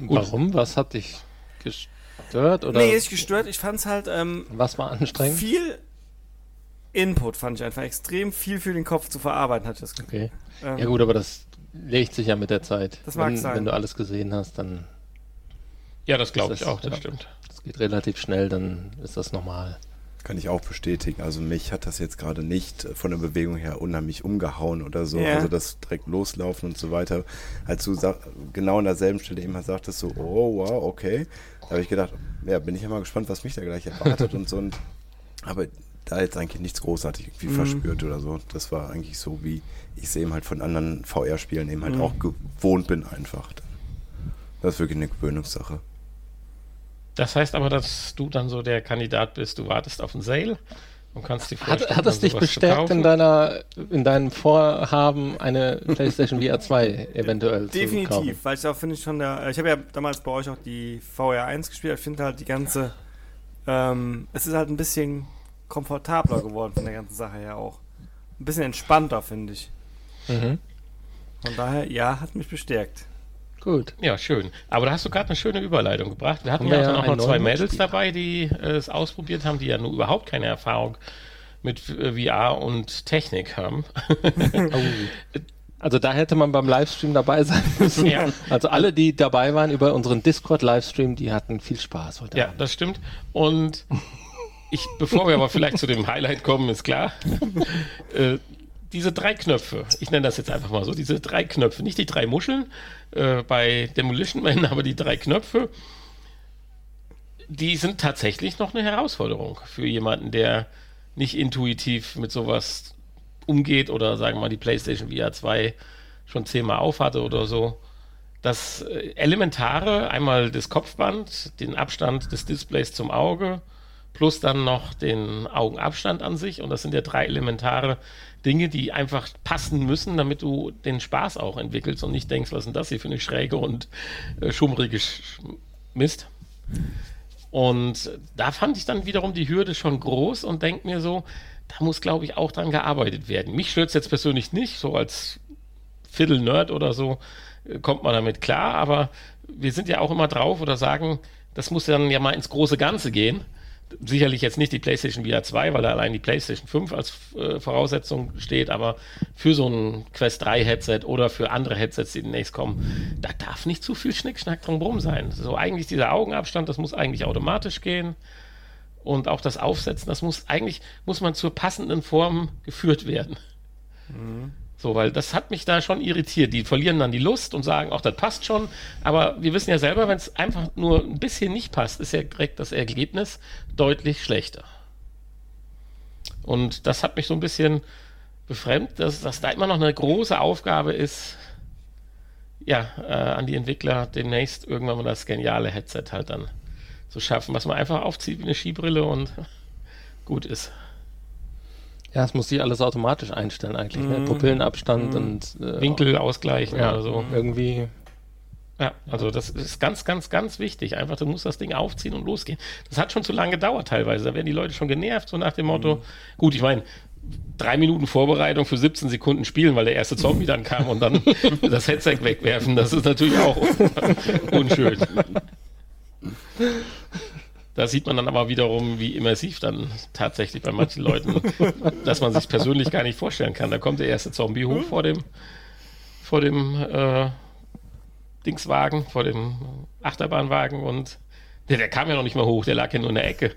Speaker 2: Warum? Was hat dich gestört? Oder
Speaker 5: nee, ist gestört. Ich fand's halt ähm,
Speaker 2: was war anstrengend?
Speaker 5: viel Input, fand ich einfach extrem viel für den Kopf zu verarbeiten, hatte ich das Gefühl.
Speaker 2: Okay.
Speaker 5: Ähm,
Speaker 2: Ja gut, aber das legt sich ja mit der Zeit.
Speaker 5: Das mag
Speaker 2: wenn,
Speaker 5: sein.
Speaker 2: Wenn du alles gesehen hast, dann
Speaker 3: Ja, das glaube
Speaker 2: Das ist-
Speaker 3: ich
Speaker 2: genau.
Speaker 3: auch, das
Speaker 2: ja.
Speaker 3: stimmt.
Speaker 2: das geht relativ schnell, dann ist das normal.
Speaker 4: Kann ich auch bestätigen. Also mich hat das jetzt gerade nicht äh, von der Bewegung her unheimlich umgehauen oder so.
Speaker 5: Ja.
Speaker 4: Also das direkt loslaufen und so weiter. Als du sa- genau an derselben Stelle eben sagtest, so, oh wow, okay. Da habe ich gedacht, ja, bin ich ja mal gespannt, was mich da gleich erwartet und so. Und, aber da jetzt eigentlich nichts großartig irgendwie verspürt oder so. Das war eigentlich so, wie ich es eben halt von anderen VR-Spielen eben halt auch gewohnt bin einfach. Das ist wirklich eine Gewöhnungssache.
Speaker 3: Das heißt aber, dass du dann so der Kandidat bist, du wartest auf einen Sale und kannst dir
Speaker 2: Hat,
Speaker 3: vorstellen,
Speaker 2: hat es
Speaker 3: dann
Speaker 2: dich
Speaker 3: sowas zu
Speaker 2: bestärkt
Speaker 3: kaufen?
Speaker 2: in deiner in deinem Vorhaben, eine PlayStation VR 2 eventuell zu kaufen?
Speaker 5: Definitiv, weil ich auch finde ich schon der. Ich habe ja damals bei euch auch die VR1 gespielt. Ich finde halt die ganze. Ähm, es ist halt ein bisschen komfortabler geworden von der ganzen Sache her auch. Ein bisschen entspannter, finde ich.
Speaker 2: Mhm.
Speaker 5: Von daher, ja, hat mich bestärkt.
Speaker 2: Gut.
Speaker 3: Ja, schön. Aber da hast du gerade eine schöne Überleitung gebracht. Wir hatten
Speaker 2: Haben wir
Speaker 3: ja,
Speaker 2: ja
Speaker 3: dann auch
Speaker 2: einen
Speaker 3: noch zwei
Speaker 2: neuen
Speaker 3: Mädels
Speaker 2: Mitspieler.
Speaker 3: dabei, die äh, es ausprobiert haben, die ja nun überhaupt keine Erfahrung mit äh, VR und Technik haben.
Speaker 2: Also da hätte man beim Livestream dabei sein müssen.
Speaker 3: Ja.
Speaker 2: Also alle, die dabei waren über unseren Discord-Livestream, die hatten viel Spaß heute
Speaker 3: ja,
Speaker 2: Abend.
Speaker 3: das stimmt. Und ich, bevor wir aber vielleicht zu dem Highlight kommen, ist klar, äh, diese drei Knöpfe, ich nenne das jetzt einfach mal so, diese drei Knöpfe, nicht die drei Muscheln äh, bei Demolition Man, aber die drei Knöpfe, die sind tatsächlich noch eine Herausforderung für jemanden, der nicht intuitiv mit sowas umgeht oder sagen wir mal die PlayStation VR 2 schon zehnmal auf hatte oder so. Das äh, Elementare, einmal das Kopfband, den Abstand des Displays zum Auge, plus dann noch den Augenabstand an sich. Und das sind ja drei elementare Dinge, die einfach passen müssen, damit du den Spaß auch entwickelst und nicht denkst, was ist denn das hier für eine schräge und äh, schummrige Sch Mist. Und da fand ich dann wiederum die Hürde schon groß und denke mir so, da muss, glaube ich, auch dran gearbeitet werden. Mich stört es jetzt persönlich nicht, so als Fiddle-Nerd oder so, äh, kommt man damit klar, aber wir sind ja auch immer drauf oder sagen, das muss dann ja mal ins große Ganze gehen. Sicherlich jetzt nicht die PlayStation VR 2, weil da allein die PlayStation 5 als äh, Voraussetzung steht, aber für so ein Quest 3 Headset oder für andere Headsets, die demnächst kommen, da darf nicht zu viel Schnickschnack drumherum sein. So eigentlich dieser Augenabstand, das muss eigentlich automatisch gehen und auch das Aufsetzen, das muss eigentlich, muss man zur passenden Form geführt werden. So, weil das hat mich da schon irritiert. Die verlieren dann die Lust und sagen, ach, das passt schon. Aber wir wissen ja selber, wenn es einfach nur ein bisschen nicht passt, ist ja direkt das Ergebnis deutlich schlechter. Und das hat mich so ein bisschen befremd, dass das da immer noch eine große Aufgabe ist, ja, äh, an die Entwickler demnächst irgendwann mal das geniale Headset halt dann zu schaffen, was man einfach aufzieht wie eine Skibrille und gut ist.
Speaker 2: Ja, das muss ich alles automatisch einstellen eigentlich. Ne? Pupillenabstand und äh,
Speaker 3: Mhm. Winkel ausgleichen
Speaker 2: Ja,
Speaker 3: oder so.
Speaker 2: irgendwie.
Speaker 3: Ja, also das ist ganz, ganz, ganz wichtig. Einfach, du musst das Ding aufziehen und losgehen. Das hat schon zu lange gedauert teilweise. Da werden die Leute schon genervt, so nach dem Motto, gut, ich meine, drei Minuten Vorbereitung für 17 Sekunden spielen, weil der erste Zombie dann kam und dann das Headset wegwerfen. Das ist natürlich auch un unschön. Da sieht man dann aber wiederum, wie immersiv dann tatsächlich bei manchen Leuten, dass man sich persönlich gar nicht vorstellen kann. Da kommt der erste Zombie hoch vor dem, vor dem äh, Dingswagen, vor dem Achterbahnwagen und der, der kam ja noch nicht mal hoch, der lag ja nur in der Ecke.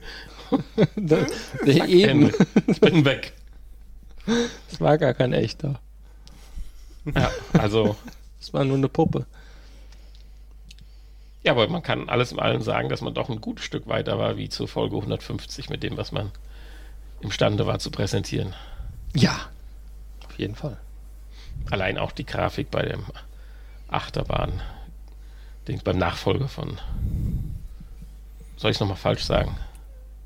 Speaker 2: Der, der eben.
Speaker 3: Mhm. Ende. Ich bin weg.
Speaker 2: Das war gar kein echter.
Speaker 3: Ja, also,
Speaker 2: Das war nur eine Puppe.
Speaker 3: ja, aber man kann alles in allem sagen, dass man doch ein gutes Stück weiter war wie zur Folge 150 mit dem, was man imstande war zu präsentieren.
Speaker 2: Ja. Auf jeden Fall.
Speaker 3: Allein auch die Grafik bei dem Achterbahn. Ding beim Nachfolger von. Soll ich es nochmal falsch sagen?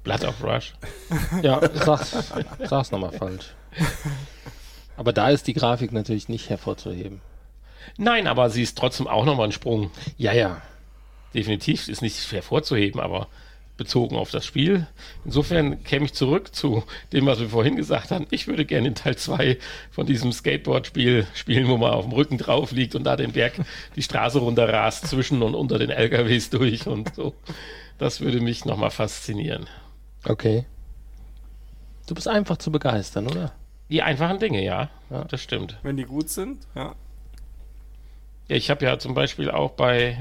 Speaker 3: Blood of Rush.
Speaker 2: Ja, sag's, sag's nochmal falsch. Aber da ist die Grafik natürlich nicht hervorzuheben.
Speaker 3: Nein, aber sie ist trotzdem auch nochmal ein Sprung.
Speaker 2: Ja, ja.
Speaker 3: Definitiv ist nicht hervorzuheben, aber bezogen auf das Spiel. Insofern käme ich zurück zu dem, was wir vorhin gesagt haben. Ich würde gerne den Teil 2 von diesem Skateboard-Spiel spielen, wo man auf dem Rücken drauf liegt und da den Berg die Straße runter rast zwischen und unter den LKWs durch und so. Das würde mich nochmal faszinieren.
Speaker 2: Okay. Du bist einfach zu begeistern, oder?
Speaker 3: Die einfachen Dinge, ja.
Speaker 2: Ja.
Speaker 3: Das stimmt.
Speaker 5: Wenn die gut sind, ja.
Speaker 3: Ja, ich habe ja zum Beispiel auch bei,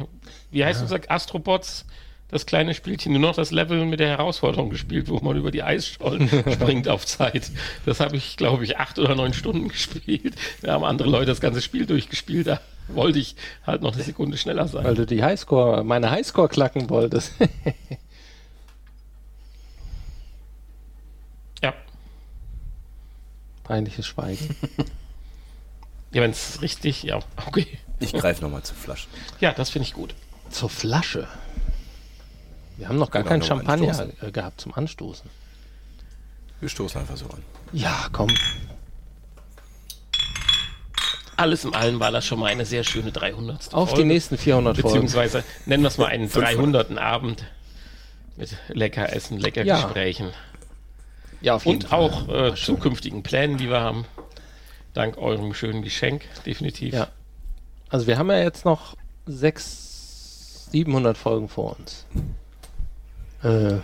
Speaker 3: wie heißt unser Astrobots, das kleine Spielchen, nur noch das Level mit der Herausforderung gespielt, wo man über die Eisschollen springt auf Zeit. Das habe ich, glaube ich, acht oder neun Stunden gespielt. Da haben andere Leute das ganze Spiel durchgespielt. Da wollte ich halt noch eine Sekunde schneller sein.
Speaker 2: Weil du die Highscore, meine Highscore klacken wolltest.
Speaker 3: Ja,
Speaker 2: Peinliches Schweigen.
Speaker 3: ja wenn es richtig, ja, okay.
Speaker 4: Ich greife nochmal zur Flasche.
Speaker 3: Ja, das finde ich gut.
Speaker 2: Zur Flasche. Wir haben noch gar
Speaker 4: Genau,
Speaker 2: keinen
Speaker 4: noch
Speaker 2: Champagner
Speaker 4: anstoßen.
Speaker 2: äh, gehabt zum Anstoßen.
Speaker 4: Wir stoßen einfach so an.
Speaker 2: Ja, komm.
Speaker 3: Alles im Allen war das schon mal eine sehr schöne 300.
Speaker 2: Auf die
Speaker 3: Folge.
Speaker 2: nächsten 400 Folgen.
Speaker 3: Beziehungsweise nennen wir es mal einen 300. Abend mit lecker Essen, lecker
Speaker 2: Ja.
Speaker 3: Gesprächen
Speaker 2: Ja, auf
Speaker 3: und auch äh, zukünftigen Plänen, die wir haben. Dank eurem schönen Geschenk, definitiv.
Speaker 2: Ja. Also wir haben ja jetzt noch 600, 700 Folgen vor uns. Äh,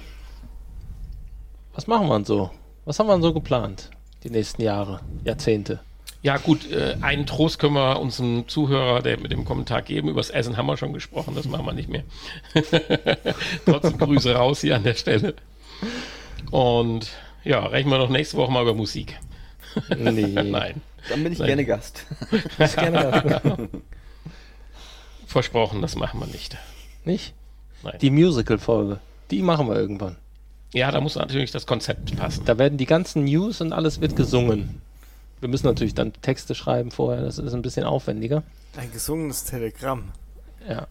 Speaker 2: was machen wir denn so? Was haben wir denn so geplant? Die nächsten Jahre, Jahrzehnte.
Speaker 3: Ja, gut, äh, einen Trost können wir unserem Zuhörer, der mit dem Kommentar geben, übers Essen haben wir schon gesprochen, das machen wir nicht mehr. Trotzdem Grüße raus hier an der Stelle. Und ja, rechnen wir noch nächste Woche mal über Musik.
Speaker 2: Nee.
Speaker 3: Nein,
Speaker 6: Dann bin ich
Speaker 3: Nein.
Speaker 6: gerne Gast.
Speaker 3: versprochen, das machen wir nicht.
Speaker 2: Nicht?
Speaker 3: Nein.
Speaker 2: Die Musical-Folge. Die machen wir irgendwann.
Speaker 3: Ja, da muss natürlich das Konzept passen.
Speaker 2: Da werden die ganzen News und alles wird gesungen. Wir müssen natürlich dann Texte schreiben vorher, das ist ein bisschen aufwendiger.
Speaker 5: Ein gesungenes Telegramm.
Speaker 2: Ja.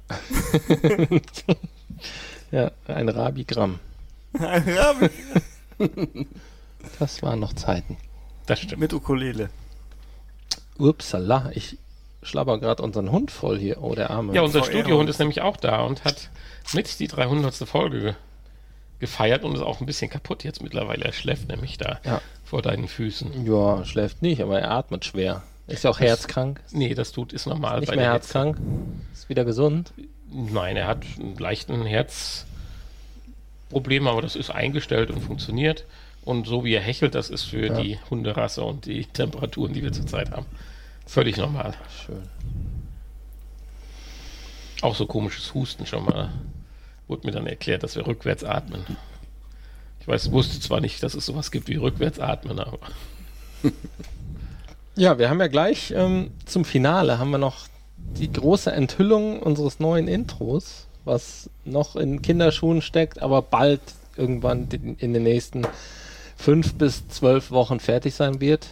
Speaker 2: ja, ein Rabigramm.
Speaker 5: Ein Rabi
Speaker 2: Das waren noch Zeiten.
Speaker 3: Das stimmt.
Speaker 5: mit Ukulele.
Speaker 2: Upsala, ich schlabber gerade unseren Hund voll hier. Oh, der Arme.
Speaker 3: Ja, unser
Speaker 5: VR.
Speaker 3: Studiohund ist nämlich auch da und hat mit die 300. Folge ge- gefeiert und ist auch ein bisschen kaputt jetzt mittlerweile. Er schläft nämlich da
Speaker 2: Ja.
Speaker 3: vor deinen Füßen.
Speaker 2: ja, schläft nicht, aber er atmet schwer. Ist ja auch herzkrank. Ist
Speaker 3: Nee, das tut ist normal
Speaker 2: nicht
Speaker 3: bei
Speaker 2: mehr
Speaker 3: der
Speaker 2: herzkrank. Ist wieder gesund.
Speaker 3: Hitze. Nein, er hat einen leichten Herzproblem, aber das ist eingestellt und funktioniert. Und so wie er hechelt, das ist für die Hunderasse und die Temperaturen, die wir zurzeit haben, völlig normal.
Speaker 2: Schön.
Speaker 3: Auch so komisches Husten schon mal. Wurde mir dann erklärt, dass wir rückwärts atmen. Ich weiß, wusste zwar nicht, dass es sowas gibt wie rückwärts atmen, aber
Speaker 2: Ja, wir haben ja gleich ähm, zum Finale haben wir noch die große Enthüllung unseres neuen Intros, was noch in Kinderschuhen steckt, aber bald irgendwann in, in den nächsten fünf bis zwölf Wochen fertig sein wird.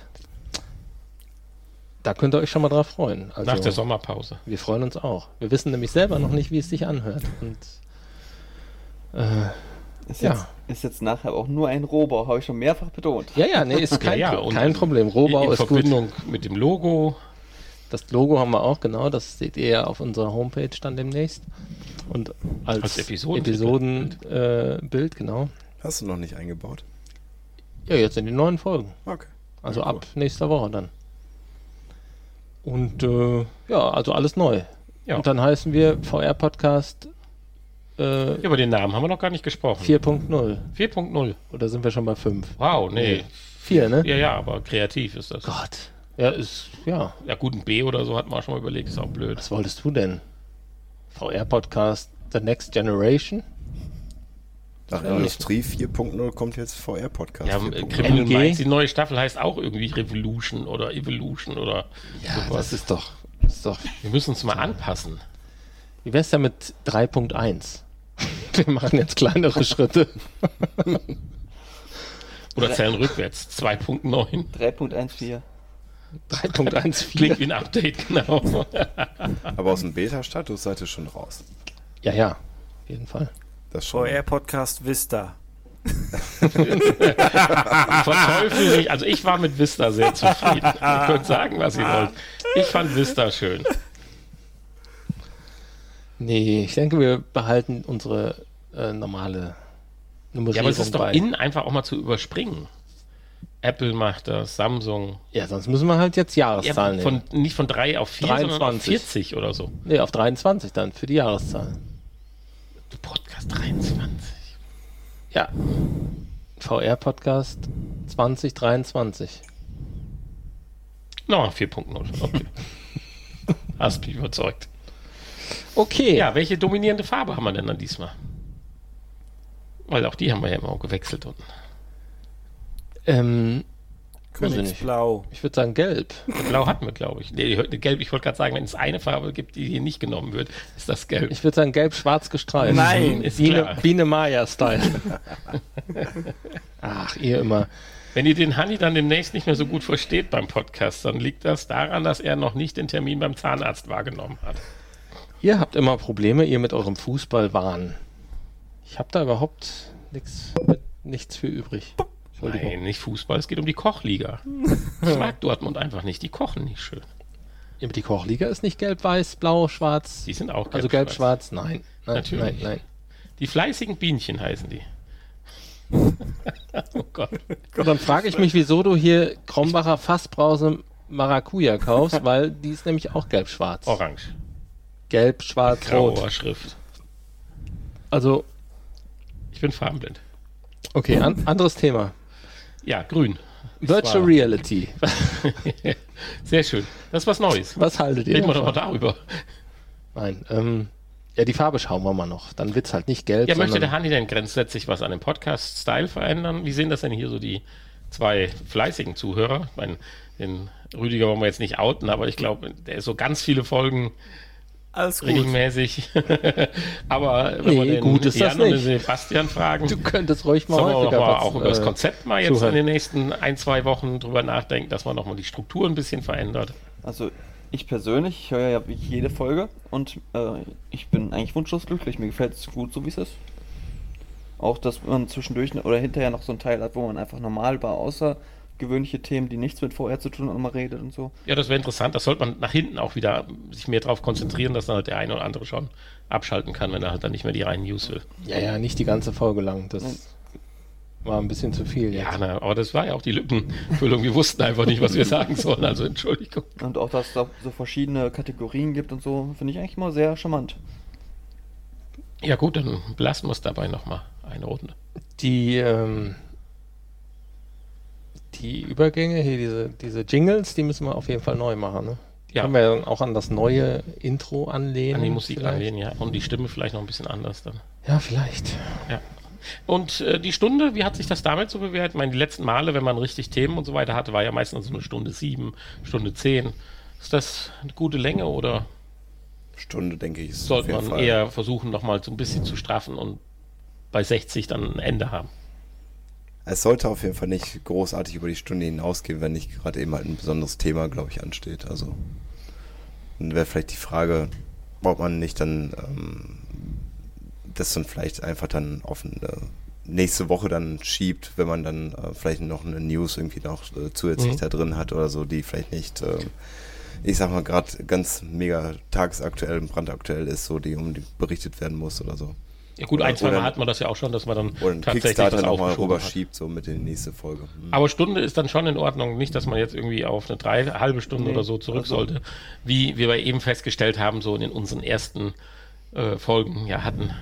Speaker 2: Da könnt ihr euch schon mal drauf freuen. Also,
Speaker 3: nach der Sommerpause.
Speaker 2: Wir freuen uns auch. Wir wissen nämlich selber noch nicht, wie es sich anhört. Und äh,
Speaker 6: Ist,
Speaker 2: Ja.
Speaker 6: jetzt, ist jetzt nachher auch nur ein Rohbau, habe ich schon mehrfach betont.
Speaker 2: ja, ja, nee, ist kein,
Speaker 3: Ja, ja,
Speaker 2: Pro-
Speaker 3: und also
Speaker 2: kein Problem. Rohbau
Speaker 3: in
Speaker 2: ist gut.
Speaker 3: Verbindung mit dem Logo.
Speaker 2: Das Logo haben wir auch, genau. Das seht ihr ja auf unserer Homepage dann demnächst. Und als,
Speaker 3: Als Episoden-
Speaker 2: Episodenbild, äh, Bild, genau.
Speaker 4: Hast du noch nicht eingebaut?
Speaker 2: Ja, jetzt in den neuen Folgen.
Speaker 4: Okay.
Speaker 2: Also
Speaker 4: Ja, cool.
Speaker 2: ab nächster Woche dann. Und äh, ja, also alles neu.
Speaker 3: Ja.
Speaker 2: Und dann heißen wir VR Podcast äh,
Speaker 3: Über den Namen haben wir noch gar nicht gesprochen.
Speaker 2: 4.0.
Speaker 3: 4.0.
Speaker 2: Oder sind wir schon bei 5?
Speaker 3: Wow, nee.
Speaker 2: 4, ne?
Speaker 3: Ja, ja, aber kreativ ist das.
Speaker 2: Gott. Ja, ist, ja.
Speaker 3: Ja, gut, ein B oder so hat man auch schon mal überlegt, ist auch blöd.
Speaker 2: Was wolltest du denn? VR-Podcast The Next Generation?
Speaker 4: Nach Industrie 4.0 kommt jetzt VR-Podcast.
Speaker 3: Ja, äh,
Speaker 4: 4.0.
Speaker 3: Criminal
Speaker 2: NG?
Speaker 3: Minds, die neue Staffel heißt auch irgendwie Revolution oder Evolution oder sowas.
Speaker 2: ist doch. Ist doch
Speaker 3: Wir müssen uns mal anpassen.
Speaker 2: wie wär's denn mit 3.1? Wir machen jetzt kleinere Schritte.
Speaker 3: Oder zählen rückwärts. 2.9.
Speaker 6: 3.14.
Speaker 2: 3.14.
Speaker 3: Klingt wie ein Update, genau.
Speaker 4: Aber aus dem Beta-Status seid ihr schon raus.
Speaker 2: Ja, ja. Auf jeden Fall.
Speaker 4: Das schon.
Speaker 5: VR-Podcast Vista.
Speaker 3: Verteufel sich. Also ich war mit Vista sehr zufrieden. Ihr könnt sagen, was ihr wollt. Ich fand Vista schön.
Speaker 2: Nee, ich denke, wir behalten unsere äh, normale Nummerierung
Speaker 3: Ja, aber es ist doch
Speaker 2: bei.
Speaker 3: in, einfach auch mal zu überspringen. Apple macht das, Samsung.
Speaker 2: ja, sonst müssen wir halt jetzt
Speaker 3: Ja,
Speaker 2: Jahreszahlen
Speaker 3: von,
Speaker 2: nehmen.
Speaker 3: nicht von 3 auf 4, sondern auf
Speaker 2: 23.
Speaker 3: 40 oder so.
Speaker 2: Nee, auf 23 dann für die Jahreszahlen.
Speaker 3: Du Podcast 23.
Speaker 2: Ja. VR-Podcast 2023.
Speaker 3: Na, 4.0. Okay. Hast mich überzeugt.
Speaker 2: Okay.
Speaker 3: Ja, welche dominierende Farbe haben wir denn dann diesmal? Weil auch die haben wir ja immer auch gewechselt unten.
Speaker 2: Ähm,
Speaker 5: Königsblau.
Speaker 2: ich würde sagen gelb.
Speaker 3: Blau hatten wir, glaube ich. Nee, die- die gelb, ich wollte gerade sagen, wenn es eine Farbe gibt, die hier nicht genommen wird, ist das gelb.
Speaker 2: Ich würde sagen gelb-schwarz gestreift.
Speaker 5: Nein,
Speaker 3: ist klar.
Speaker 2: Biene, Biene Maya-Style. Ach, ihr immer.
Speaker 3: Wenn ihr den Hanni dann demnächst nicht mehr so gut versteht beim Podcast, dann liegt das daran, dass er noch nicht den Termin beim Zahnarzt wahrgenommen hat.
Speaker 2: Ihr habt immer Probleme, ihr mit eurem Fußballwahn. Ich habe da überhaupt nichts nichts für übrig. Entschuldigung.
Speaker 3: Nein, nicht Fußball, es geht um die Kochliga. Ich mag Dortmund einfach nicht, die kochen nicht schön.
Speaker 2: Ja, aber Die Kochliga ist nicht gelb, weiß, blau, schwarz.
Speaker 3: Die sind auch
Speaker 2: also gelb, schwarz, nein. Nein,
Speaker 3: Natürlich.
Speaker 2: nein, nein.
Speaker 3: Die fleißigen Bienchen heißen die. oh Gott.
Speaker 2: Und dann frage ich mich, wieso du hier Krombacher Fassbrause Maracuja kaufst, weil die ist nämlich auch gelb-schwarz.
Speaker 3: Orange.
Speaker 2: Gelb, schwarz,
Speaker 3: Grauer
Speaker 2: rot.
Speaker 3: Schrift.
Speaker 2: Also,
Speaker 3: Ich bin farbenblind.
Speaker 2: okay, an, anderes Thema.
Speaker 3: Ja, grün.
Speaker 2: Virtual
Speaker 3: war-
Speaker 2: Reality.
Speaker 3: Sehr schön. Das ist was Neues.
Speaker 2: Was haltet ihr
Speaker 3: Reden wir doch mal
Speaker 2: davon?
Speaker 3: darüber.
Speaker 2: Nein, ähm, ja, die Farbe schauen wir mal noch. Dann wird's halt nicht gelb,
Speaker 3: Ja, möchte der
Speaker 2: sondern
Speaker 3: Hanni denn grundsätzlich was an dem Podcast-Style verändern? Wie sehen das denn hier so die zwei fleißigen Zuhörer? Ich meine, den Rüdiger wollen wir jetzt nicht outen, aber ich glaube, der ist so ganz viele Folgen
Speaker 5: Alles gut.
Speaker 3: regelmäßig. aber wenn
Speaker 2: Nee,
Speaker 3: wir den
Speaker 2: gut ist das
Speaker 3: Jan und den
Speaker 2: nicht.
Speaker 3: Sebastian fragen,
Speaker 2: du könntest ruhig mal
Speaker 3: sollen wir auch noch
Speaker 2: häufiger
Speaker 3: mal
Speaker 2: was,
Speaker 3: auch über das
Speaker 2: äh,
Speaker 3: Konzept mal jetzt
Speaker 2: zuhören.
Speaker 3: in den nächsten ein, zwei Wochen drüber nachdenken, dass man nochmal die Struktur ein bisschen verändert.
Speaker 6: Also ich persönlich, ich höre ja wirklich jede Folge und äh, ich bin eigentlich wunschlos glücklich. Mir gefällt es gut, so wie es ist. Auch, dass man zwischendurch oder hinterher noch so einen Teil hat, wo man einfach normal über außergewöhnliche Themen, die nichts mit VR zu tun haben, mal redet und so.
Speaker 3: Ja, das wäre interessant. Das sollte man nach hinten auch wieder sich mehr darauf konzentrieren, dass dann halt der eine oder andere schon abschalten kann, wenn er halt dann nicht mehr die reinen News will.
Speaker 2: Ja, ja, nicht die ganze Folge lang.
Speaker 3: Hm.
Speaker 2: Das war ein bisschen zu viel.
Speaker 3: Ja,
Speaker 2: Jetzt.
Speaker 3: na, aber das war ja auch die Lückenfüllung. Wir wussten einfach nicht, was wir sagen sollen. Also Entschuldigung.
Speaker 6: Und auch, dass es da so verschiedene Kategorien gibt und so, finde ich eigentlich immer sehr charmant.
Speaker 3: Ja gut, dann belassen wir es dabei nochmal eine Runde.
Speaker 2: Die, ähm, die Übergänge hier, diese, diese Jingles, die müssen wir auf jeden Fall neu machen. Ne? Die
Speaker 3: Ja.
Speaker 2: Können wir dann auch an das neue Intro anlehnen?
Speaker 3: An die Musik
Speaker 2: Genau, vielleicht?
Speaker 3: anlehnen, ja. Und die Stimme vielleicht noch ein bisschen anders dann.
Speaker 2: Ja, vielleicht.
Speaker 3: Ja. Und äh, die Stunde, wie hat sich das damit so bewährt? Ich meine, die letzten Male, wenn man richtig Themen und so weiter hatte, war ja meistens so eine Stunde sieben, Stunde zehn. Ist das eine gute Länge oder
Speaker 4: Stunde, denke ich. ist auf
Speaker 3: sollte
Speaker 4: jeden
Speaker 3: man
Speaker 4: Fall.
Speaker 3: eher versuchen, nochmal so ein bisschen zu straffen und bei 60 dann ein Ende haben?
Speaker 4: Es sollte auf jeden Fall nicht großartig über die Stunde hinausgehen, wenn nicht gerade eben halt ein besonderes Thema, glaube ich, ansteht. Also dann wäre vielleicht die Frage, ob man nicht dann ähm, das dann vielleicht einfach dann offen äh, nächste Woche dann schiebt, wenn man dann äh, vielleicht noch eine News irgendwie noch äh, zusätzlich
Speaker 3: Mhm.
Speaker 4: da drin hat oder so, die vielleicht nicht, ähm, ich sag mal, gerade ganz mega tagsaktuell und brandaktuell ist, so die um die berichtet werden muss oder so.
Speaker 3: Ja gut,
Speaker 4: Oder-
Speaker 3: ein, zwei Mal
Speaker 4: oder-
Speaker 3: hat man das ja auch schon, dass man dann
Speaker 4: Oder ein
Speaker 3: tatsächlich
Speaker 4: Kickstarter
Speaker 3: was
Speaker 4: nochmal
Speaker 3: aufgeschoben hat.
Speaker 4: rüberschiebt, so mit in die nächste Folge. Mhm.
Speaker 3: Aber Stunde ist dann schon in Ordnung. Nicht, dass man jetzt irgendwie auf eine drei, halbe Stunde
Speaker 6: Nee,
Speaker 3: oder so zurück
Speaker 6: also-
Speaker 3: sollte. Wie wir eben festgestellt haben, so in unseren ersten äh, Folgen ja hatten.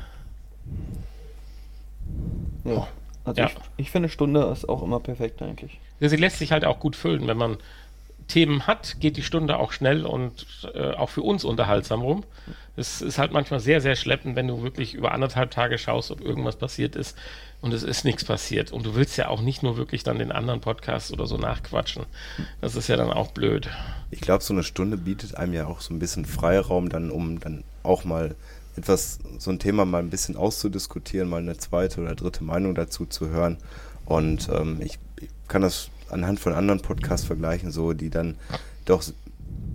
Speaker 6: Ja. Also
Speaker 3: Ja.
Speaker 6: Ich, ich finde, Stunde ist auch immer perfekt eigentlich.
Speaker 3: Ja, Sie lässt sich halt auch gut füllen. Wenn man Themen hat, geht die Stunde auch schnell und äh, auch für uns unterhaltsam rum. Es ist halt manchmal sehr, sehr schleppend, wenn du wirklich über anderthalb Tage schaust, ob irgendwas passiert ist und es ist nichts passiert. Und du willst ja auch nicht nur wirklich dann den anderen Podcast oder so nachquatschen. Das ist ja dann auch blöd.
Speaker 4: Ich glaube, so eine Stunde bietet einem ja auch so ein bisschen Freiraum, dann um dann auch mal etwas, so ein Thema mal ein bisschen auszudiskutieren, mal eine zweite oder dritte Meinung dazu zu hören. Und ähm, ich, ich kann das anhand von anderen Podcasts vergleichen, so die dann doch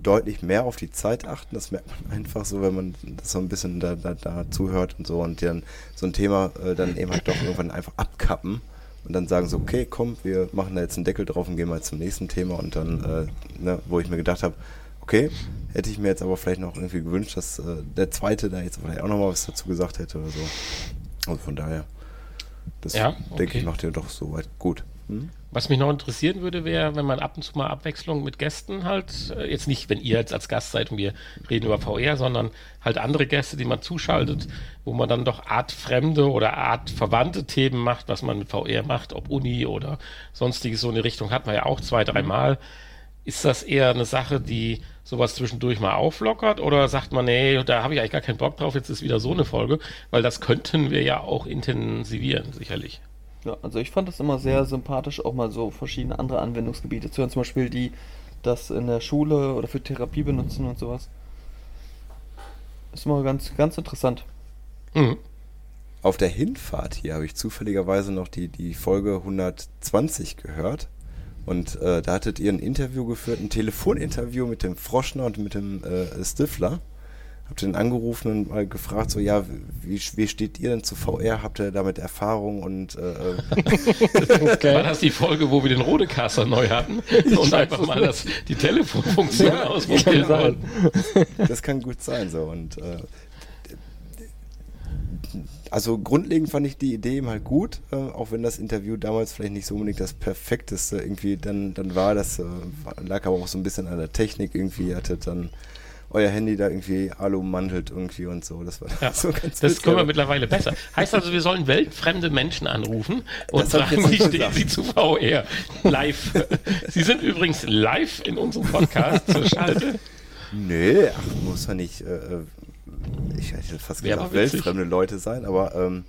Speaker 4: deutlich mehr auf die Zeit achten. Das merkt man einfach so, wenn man das so ein bisschen da, da, da zuhört und so und dann so ein Thema äh, dann eben halt doch irgendwann einfach abkappen und dann sagen so, okay, komm, wir machen da jetzt einen Deckel drauf und gehen mal zum nächsten Thema und dann, äh, ne, wo ich mir gedacht habe, okay, hätte ich mir jetzt aber vielleicht noch irgendwie gewünscht, dass äh, der zweite da jetzt vielleicht auch nochmal was dazu gesagt hätte oder so. Also von daher, das
Speaker 3: Ja,
Speaker 4: denke
Speaker 3: okay.
Speaker 4: ich macht ihr doch soweit gut. Hm?
Speaker 3: Was mich noch interessieren würde, wäre, wenn man ab und zu mal Abwechslung mit Gästen halt, äh, jetzt nicht, wenn ihr jetzt als Gast seid und wir reden über VR, sondern halt andere Gäste, die man zuschaltet, wo man dann doch artfremde oder artverwandte Themen macht, was man mit VR macht, ob Uni oder sonstiges so in die Richtung, hat man ja auch zwei, dreimal. Ist das eher eine Sache, die sowas zwischendurch mal auflockert oder sagt man, nee, da habe ich eigentlich gar keinen Bock drauf, jetzt ist wieder so eine Folge, weil das könnten wir ja auch intensivieren, sicherlich.
Speaker 6: Ja, also ich fand das immer sehr sympathisch, auch mal so verschiedene andere Anwendungsgebiete zu hören. Zum Beispiel die, das in der Schule oder für Therapie benutzen und sowas. Ist immer ganz, ganz interessant.
Speaker 3: Mhm.
Speaker 4: Auf der Hinfahrt hier habe ich zufälligerweise noch die, die Folge 120 gehört. Und äh, da hattet ihr ein Interview geführt, ein Telefoninterview mit dem Froschner und mit dem äh, Stifler. Habt ihr den angerufen und mal gefragt, so, ja, wie, wie steht ihr denn zu VR? Habt ihr damit Erfahrung? Und äh, äh,
Speaker 3: War das die Folge, wo wir den Rodekaster neu hatten und einfach mal das, die Telefonfunktion
Speaker 2: kann
Speaker 3: ausprobieren
Speaker 2: sein.
Speaker 3: wollten?
Speaker 4: das kann gut sein so und äh, also grundlegend fand ich die Idee eben halt gut, äh, auch wenn das Interview damals vielleicht nicht so unbedingt das perfekteste irgendwie dann, dann war, das äh, lag aber auch so ein bisschen an der Technik irgendwie, ihr hattet dann euer Handy da irgendwie alumantelt irgendwie und so, das war
Speaker 3: Ja,
Speaker 4: so ganz
Speaker 3: das
Speaker 4: witzig,
Speaker 3: können wir
Speaker 4: aber-
Speaker 3: mittlerweile besser. Heißt also, wir sollen weltfremde Menschen anrufen und
Speaker 4: Das hab ich
Speaker 3: sagen,
Speaker 4: jetzt
Speaker 3: wie
Speaker 4: nicht
Speaker 3: stehen
Speaker 4: gesagt.
Speaker 3: sie zu VR live. sie sind übrigens live in unserem Podcast zur Schalte.
Speaker 4: Nee, ach, muss ja nicht. Äh, ich hätte fast
Speaker 3: Wär
Speaker 4: gesagt,
Speaker 3: aber witzig.
Speaker 4: weltfremde Leute sein, aber ähm,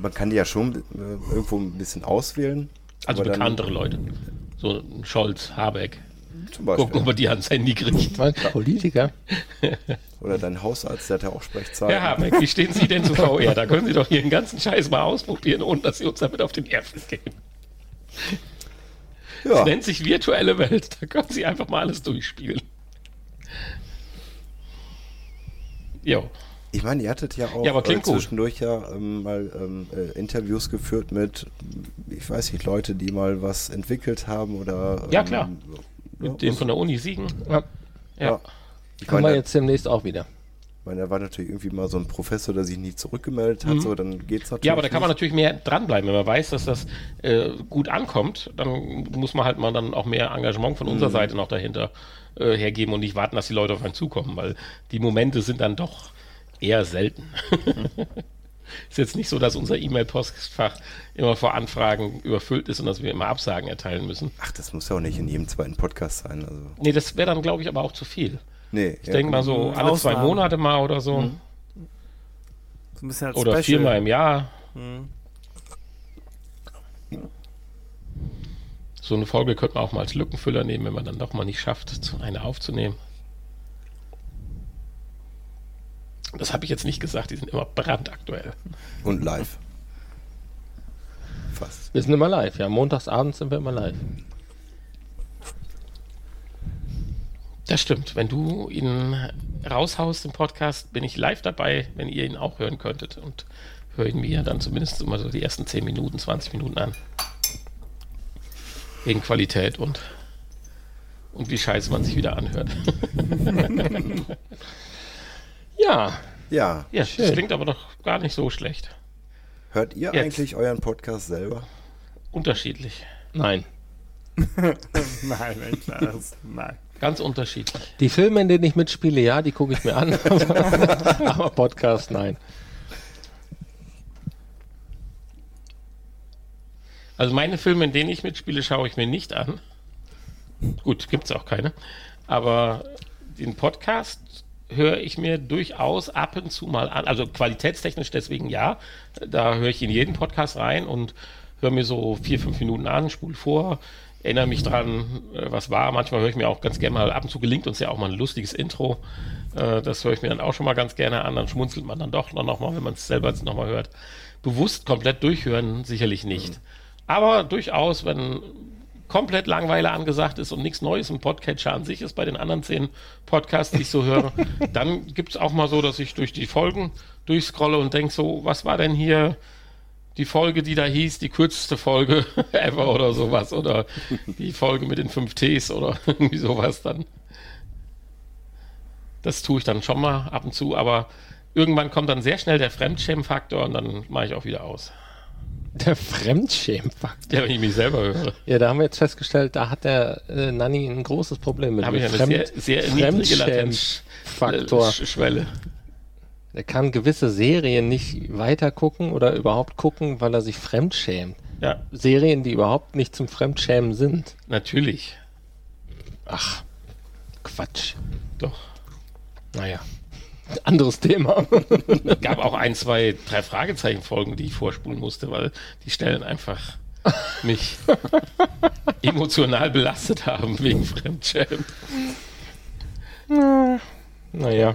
Speaker 4: man kann die ja schon äh, irgendwo ein bisschen auswählen.
Speaker 3: Also
Speaker 4: aber dann-
Speaker 3: bekanntere Leute. So ein Scholz, Habeck.
Speaker 4: Zum Beispiel.
Speaker 3: Gucken, ob er die ans Handy kriegt.
Speaker 2: Mein Politiker.
Speaker 4: Oder dein Hausarzt, der hat ja auch Sprechzahlen.
Speaker 3: Herr Habeck, wie stehen Sie denn zu VR? Da können Sie doch Ihren ganzen Scheiß mal ausprobieren, ohne dass Sie uns damit auf den Nerven gehen.
Speaker 4: ja.
Speaker 3: Es nennt sich virtuelle Welt. Da können Sie einfach mal alles durchspielen. Jo.
Speaker 4: Ich meine, ihr hattet ja auch
Speaker 3: Ja, aber klingt
Speaker 4: äh,
Speaker 3: gut.
Speaker 4: zwischendurch ja ähm, mal ähm, äh, Interviews geführt mit, ich weiß nicht, Leute, die mal was entwickelt haben oder. Ähm,
Speaker 3: Ja, klar.
Speaker 4: ja,
Speaker 3: Mit dem
Speaker 4: was-
Speaker 3: von der Uni siegen.
Speaker 2: Ja,
Speaker 3: Ja.
Speaker 4: Ich
Speaker 2: haben wir
Speaker 4: meine,
Speaker 2: jetzt demnächst auch wieder.
Speaker 4: ich meine, da war natürlich irgendwie mal so ein Professor, der sich nie zurückgemeldet hat, so, dann geht's natürlich.
Speaker 3: Mhm. ja, aber da kann man
Speaker 4: nicht.
Speaker 3: natürlich mehr dranbleiben. Wenn man weiß, dass das äh, gut ankommt, dann muss man halt mal dann auch mehr Engagement von
Speaker 4: Mhm.
Speaker 3: unserer Seite noch dahinter äh, hergeben und nicht warten, dass die Leute auf einen zukommen, weil die Momente sind dann doch eher selten.
Speaker 4: Mhm.
Speaker 3: Ist jetzt nicht so, dass unser E-Mail-Postfach immer vor Anfragen überfüllt ist und dass wir immer Absagen erteilen müssen.
Speaker 4: Ach, das muss ja auch nicht in jedem zweiten Podcast sein. Also.
Speaker 3: Nee, das wäre dann, glaube ich, aber auch zu viel.
Speaker 4: Nee,
Speaker 3: Ich denke mal so alle zwei
Speaker 5: Ausnahmen.
Speaker 3: Monate mal oder so.
Speaker 5: So ein bisschen als
Speaker 3: Oder
Speaker 5: Special. Mhm.
Speaker 3: viermal im Jahr. So eine Folge könnte man auch mal als Lückenfüller nehmen, wenn man dann doch mal nicht schafft, zu- eine aufzunehmen. Das habe ich jetzt nicht gesagt, die sind immer brandaktuell.
Speaker 4: Und live. Fast.
Speaker 2: Wir sind immer live, ja. Montagsabends sind wir immer live.
Speaker 3: Das stimmt. Wenn du ihn raushaust im Podcast, bin ich live dabei, wenn ihr ihn auch hören könntet. Und höre ihn mir dann zumindest immer so die ersten 10 Minuten, 20 Minuten an. Wegen Qualität und, und wie scheiße man sich wieder anhört.
Speaker 2: Ja,
Speaker 4: Ja,
Speaker 3: Ja, das
Speaker 2: Schön.
Speaker 3: klingt aber doch gar nicht so schlecht.
Speaker 4: hört ihr
Speaker 3: Jetzt.
Speaker 4: eigentlich euren Podcast selber?
Speaker 3: Unterschiedlich.
Speaker 2: nein.
Speaker 5: Nein, ein klares Nein.
Speaker 3: Ganz unterschiedlich.
Speaker 2: Die Filme, in denen ich mitspiele, ja, die gucke ich mir an. aber Podcast, nein.
Speaker 3: Also meine Filme, in denen ich mitspiele, schaue ich mir nicht an. Gut, gibt es auch keine. Aber den Podcast höre ich mir durchaus ab und zu mal an. Also qualitätstechnisch deswegen ja. Da höre ich in jeden Podcast rein und höre mir so vier, fünf Minuten an, spul vor, erinnere mich dran, äh, was war. Manchmal höre ich mir auch ganz gerne mal, ab und zu gelingt uns ja auch mal ein lustiges Intro. Äh, Das höre ich mir dann auch schon mal ganz gerne an. Dann schmunzelt man dann doch nochmal, wenn man es selber jetzt nochmal hört. Bewusst komplett durchhören sicherlich nicht. Aber durchaus, wenn komplett Langweile angesagt ist und nichts Neues im Podcatcher an sich ist bei den anderen zehn Podcasts, die ich so höre, dann gibt es auch mal so, dass ich durch die Folgen durchscrolle und denke so, was war denn hier die Folge, die da hieß, die kürzeste Folge ever oder sowas oder die Folge mit den fünf Ts oder irgendwie sowas dann. Das tue ich dann schon mal ab und zu, aber irgendwann kommt dann sehr schnell der Fremdschämen-Faktor und dann mache ich auch wieder aus.
Speaker 2: Der Fremdschämfaktor.
Speaker 3: Ja, wenn ich mich selber höre.
Speaker 2: Ja, da haben wir jetzt festgestellt, da hat der äh, Nanni ein großes Problem mit.
Speaker 3: Da habe ich
Speaker 2: Mit
Speaker 3: eine sehr- sehr niedrige Latenz. Äh,
Speaker 2: Fremdschämfaktor.
Speaker 3: Sch- Schwelle.
Speaker 2: Er kann gewisse Serien nicht weiter gucken oder überhaupt gucken, weil er sich fremdschämt.
Speaker 3: Ja,
Speaker 2: Serien, die überhaupt nicht zum Fremdschämen sind.
Speaker 3: natürlich.
Speaker 2: Ach, Quatsch.
Speaker 3: Doch.
Speaker 2: Naja, anderes Thema.
Speaker 3: gab auch ein, zwei, drei Fragezeichen-Folgen, die ich vorspulen musste, weil die Stellen einfach mich emotional belastet haben wegen Fremdschämen.
Speaker 2: naja,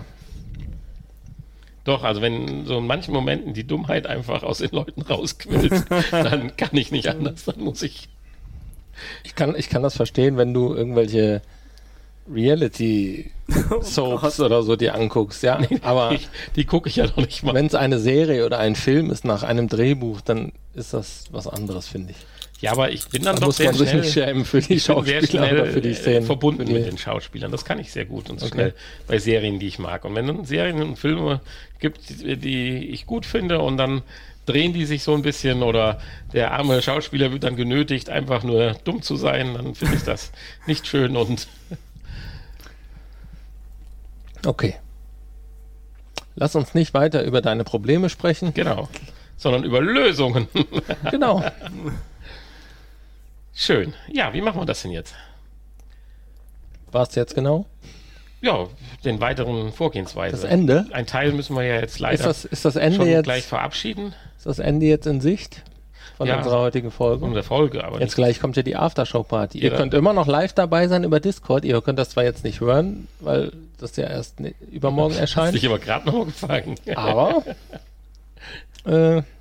Speaker 3: Doch, also wenn so in manchen Momenten die Dummheit einfach aus den Leuten rausquillt, dann kann ich nicht anders, dann muss ich.
Speaker 2: ich kann, ich kann das verstehen, wenn du irgendwelche Reality-Soaps oder so dir anguckst, ja. Aber
Speaker 3: ich Oh die gucke ich ja noch nicht mal.
Speaker 2: wenn es eine Serie oder ein Film ist nach einem Drehbuch, dann ist das was anderes, finde ich.
Speaker 3: Ja, aber ich bin dann
Speaker 2: Da
Speaker 3: doch
Speaker 2: muss
Speaker 3: sehr
Speaker 2: man sich
Speaker 3: schnell.
Speaker 2: nicht schämen für die
Speaker 3: ich bin sehr
Speaker 2: Schauspieler
Speaker 3: schnell
Speaker 2: oder für die
Speaker 3: äh,
Speaker 2: Szenen.
Speaker 3: verbunden
Speaker 2: Finde
Speaker 3: mit
Speaker 2: ich.
Speaker 3: den Schauspielern. Das kann ich sehr gut und so
Speaker 2: Okay.
Speaker 3: schnell bei Serien, die ich mag. Und wenn dann Serien und Filme gibt, die- die ich gut finde und dann drehen die sich so ein bisschen oder der arme Schauspieler wird dann genötigt, einfach nur dumm zu sein, dann finde ich das nicht schön und
Speaker 2: Okay. Lass uns nicht weiter über deine Probleme sprechen.
Speaker 3: genau, sondern über Lösungen.
Speaker 2: Genau.
Speaker 3: Schön. Ja, wie machen wir das denn jetzt?
Speaker 2: War es jetzt genau?
Speaker 3: Ja, den weiteren Vorgehensweise.
Speaker 2: Das Ende?
Speaker 3: Ein Teil müssen wir ja jetzt
Speaker 2: Ist
Speaker 3: leider
Speaker 2: das, ist das Ende
Speaker 3: schon
Speaker 2: jetzt?
Speaker 3: gleich verabschieden.
Speaker 2: Ist das Ende jetzt in Sicht von
Speaker 3: Ja.
Speaker 2: unserer heutigen Folge?
Speaker 3: Unsere Folge, aber
Speaker 2: Jetzt gleich kommt ja die Aftershow-Party. Ihr
Speaker 3: Ja.
Speaker 2: könnt immer noch live dabei sein über Discord. Ihr könnt das zwar jetzt nicht hören, weil das ja erst ne übermorgen
Speaker 3: Hast dich
Speaker 2: erscheint.
Speaker 3: aber gerade nochmal gefangen.
Speaker 2: Aber äh,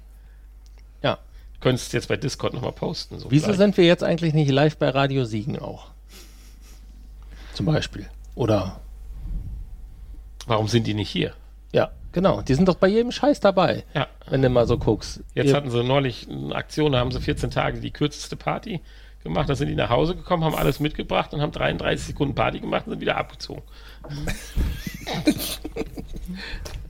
Speaker 3: Könntest jetzt bei Discord nochmal posten. So
Speaker 2: wieso
Speaker 3: gleich.
Speaker 2: sind wir jetzt eigentlich nicht live bei Radio Siegen auch? Zum Beispiel. Oder
Speaker 3: Warum sind die nicht hier?
Speaker 2: ja, genau. Die sind doch bei jedem Scheiß dabei,
Speaker 3: Ja.
Speaker 2: wenn du mal so guckst.
Speaker 3: Jetzt
Speaker 2: Ihr-
Speaker 3: hatten sie neulich eine Aktion, da haben sie 14 Tage die kürzeste Party gemacht. Da sind die nach Hause gekommen, haben alles mitgebracht und haben 33 Sekunden Party gemacht und sind wieder abgezogen.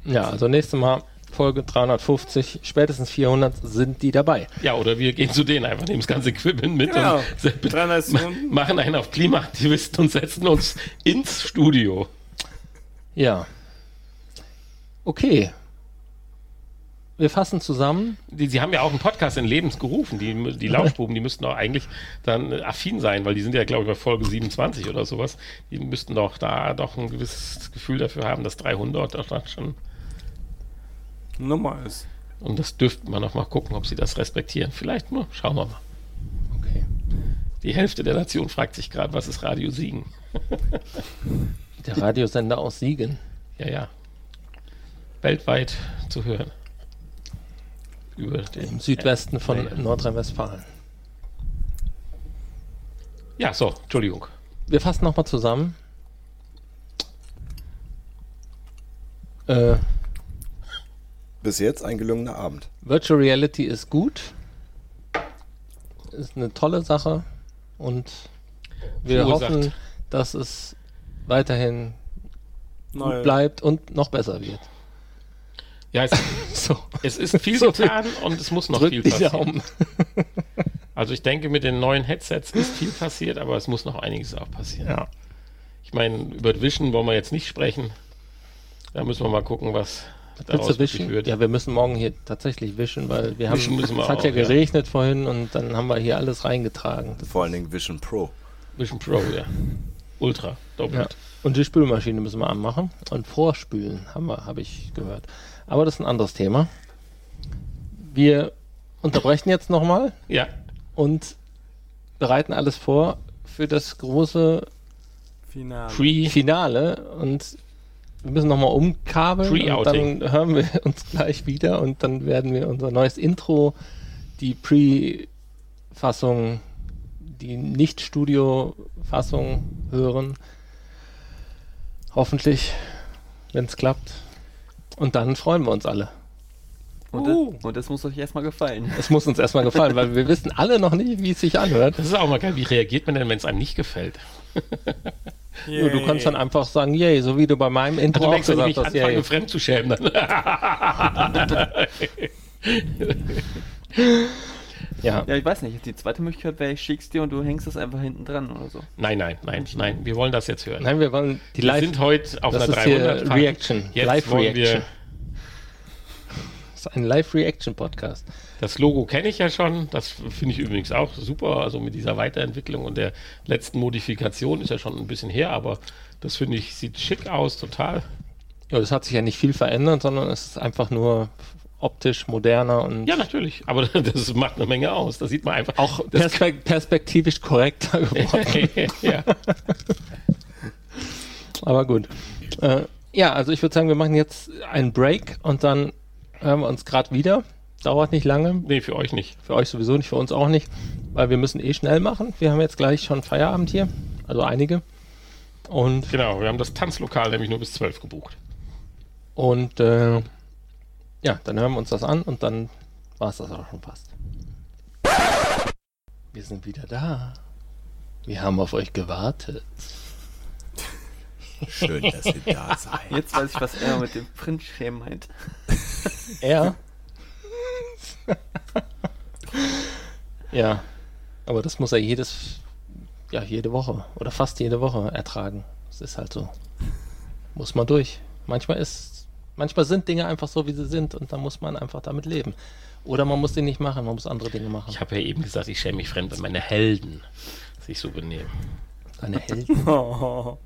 Speaker 2: Ja, also nächstes Mal Folge 350, spätestens 400 sind die dabei.
Speaker 3: Ja, oder wir gehen zu denen einfach, nehmen das ganze Equipment mit
Speaker 5: Genau.
Speaker 3: und se-
Speaker 5: 33
Speaker 3: ma-
Speaker 5: Minuten.
Speaker 3: machen einen auf Klimaaktivisten und setzen uns ins Studio.
Speaker 2: Ja. Okay. Wir fassen zusammen.
Speaker 3: Die, sie haben ja auch einen Podcast in Lebens gerufen. Die, die Lauschbuben, die müssten doch eigentlich dann affin sein, weil die sind ja, glaube ich, bei Folge 27 oder sowas. Die müssten doch da doch ein gewisses Gefühl dafür haben, dass 300 doch dann schon.
Speaker 5: Nummer ist.
Speaker 3: Und das dürften wir noch mal gucken, ob sie das respektieren. Vielleicht nur, schauen wir mal.
Speaker 2: Okay.
Speaker 3: Die Hälfte der Nation fragt sich gerade, was ist Radio Siegen?
Speaker 2: Der Radiosender aus Siegen.
Speaker 3: Ja, ja. Weltweit zu hören. Über den.
Speaker 2: Im Südwesten von
Speaker 3: Ja.
Speaker 2: Nordrhein-Westfalen.
Speaker 3: Ja, so, Entschuldigung.
Speaker 2: Wir fassen nochmal zusammen. Äh,
Speaker 4: Bis jetzt ein gelungener Abend.
Speaker 2: Virtual Reality ist gut. Ist eine tolle Sache. Und wir
Speaker 3: Verursacht.
Speaker 2: hoffen, dass es weiterhin gut
Speaker 5: Neue.
Speaker 2: bleibt und noch besser wird.
Speaker 3: Ja, es,
Speaker 2: So,
Speaker 3: es ist viel
Speaker 2: So viel.
Speaker 3: getan und es muss noch
Speaker 2: drückt
Speaker 3: viel
Speaker 2: die
Speaker 3: passieren.
Speaker 2: Daumen.
Speaker 3: Also ich denke, mit den neuen Headsets ist viel passiert, aber es muss noch einiges auch passieren.
Speaker 2: Ja.
Speaker 3: Ich meine, über Vision wollen wir jetzt nicht sprechen. Da müssen wir mal gucken, was
Speaker 2: Willst
Speaker 3: daraus
Speaker 2: du wischen?
Speaker 3: geführt.
Speaker 2: Ja, wir müssen morgen hier tatsächlich wischen, weil wir haben,
Speaker 3: Wischen müssen wir
Speaker 2: es hat
Speaker 3: auch,
Speaker 2: ja
Speaker 3: ja.
Speaker 2: geregnet vorhin und dann haben wir hier alles reingetragen. Das
Speaker 4: Vor allen Dingen Vision Pro.
Speaker 3: Vision Pro, ja. Ultra,
Speaker 2: Ja.
Speaker 3: doppelt.
Speaker 2: Und die Spülmaschine müssen wir anmachen und vorspülen, haben wir, habe ich gehört. Aber das ist ein anderes Thema. Wir unterbrechen jetzt nochmal
Speaker 3: Ja.
Speaker 2: und bereiten alles vor für das große
Speaker 5: Final.
Speaker 3: Free
Speaker 2: Finale und wir müssen nochmal umkabeln und
Speaker 3: Pre-Outing.
Speaker 2: dann hören wir uns gleich wieder und dann werden wir unser neues Intro, die Pre-Fassung, die Nicht-Studio-Fassung hören. Hoffentlich, wenn es klappt. Und dann freuen wir uns alle.
Speaker 6: Und,
Speaker 2: Uh.
Speaker 6: das, und das muss euch erstmal gefallen.
Speaker 2: Es muss uns erstmal gefallen, weil wir wissen alle noch nicht, wie es sich anhört.
Speaker 3: Das ist auch mal geil. Wie reagiert man denn, wenn es einem nicht gefällt?
Speaker 2: Nur Du kannst dann einfach sagen, yay, so wie du bei meinem Intro
Speaker 3: Also, Du
Speaker 2: auch
Speaker 3: merkst, wenn ich
Speaker 2: gesagt hast,
Speaker 3: mich anfange,
Speaker 2: yay.
Speaker 3: fremd zu schämen, dann.
Speaker 2: Ja.
Speaker 6: Ja, ich weiß nicht. Die zweite Möglichkeit wäre, ich schick's dir und du hängst es einfach hinten dran oder so.
Speaker 3: Nein, nein, nein, nein. Wir wollen das jetzt hören.
Speaker 2: Nein, wir wollen die
Speaker 3: wir
Speaker 2: live
Speaker 3: sind heute auf
Speaker 2: das
Speaker 3: einer
Speaker 2: ist hier
Speaker 3: 300 -Party.
Speaker 2: Reaction,
Speaker 3: Jetzt
Speaker 2: Live
Speaker 3: wollen wir.
Speaker 2: Reaction. Das ist ein Live-Reaction-Podcast.
Speaker 3: Das Logo kenne ich ja schon. Das finde ich übrigens auch super. Also mit dieser Weiterentwicklung und der letzten Modifikation ist ja schon ein bisschen her, aber das finde ich sieht schick aus, total.
Speaker 2: Ja, das hat sich ja nicht viel verändert, sondern es ist einfach nur optisch moderner und
Speaker 3: Ja, natürlich. Aber das macht eine Menge aus. Das sieht man einfach.
Speaker 2: auch
Speaker 3: das
Speaker 2: perspe perspektivisch korrekter geworden.
Speaker 3: ja.
Speaker 2: Aber gut. Äh, ja, also ich würde sagen, wir machen jetzt einen Break und dann hören wir uns gerade wieder. Dauert nicht lange.
Speaker 3: Nee, für euch nicht.
Speaker 2: Für euch sowieso nicht, für uns auch nicht, weil wir müssen eh schnell machen. Wir haben jetzt gleich schon Feierabend hier, also einige. Und
Speaker 3: Genau, wir haben das Tanzlokal nämlich nur bis 12 gebucht.
Speaker 2: Und äh, ja, dann hören wir uns das an und dann war es das auch schon fast. Wir sind wieder da. Wir haben auf euch gewartet.
Speaker 4: Schön, dass ihr da seid.
Speaker 6: Jetzt weiß ich, was er mit dem Printschämen meint.
Speaker 2: Er. ja, aber das muss er jedes, ja, jede Woche oder fast jede Woche ertragen. Das ist halt so. Muss man durch. Manchmal ist, manchmal sind Dinge einfach so, wie sie sind und da muss man einfach damit leben. Oder man muss die nicht machen, man muss andere Dinge machen.
Speaker 3: Ich habe ja eben gesagt, ich schäme mich fremd, wenn meine Helden sich so benehmen.
Speaker 2: Eine Helden.
Speaker 5: Oh.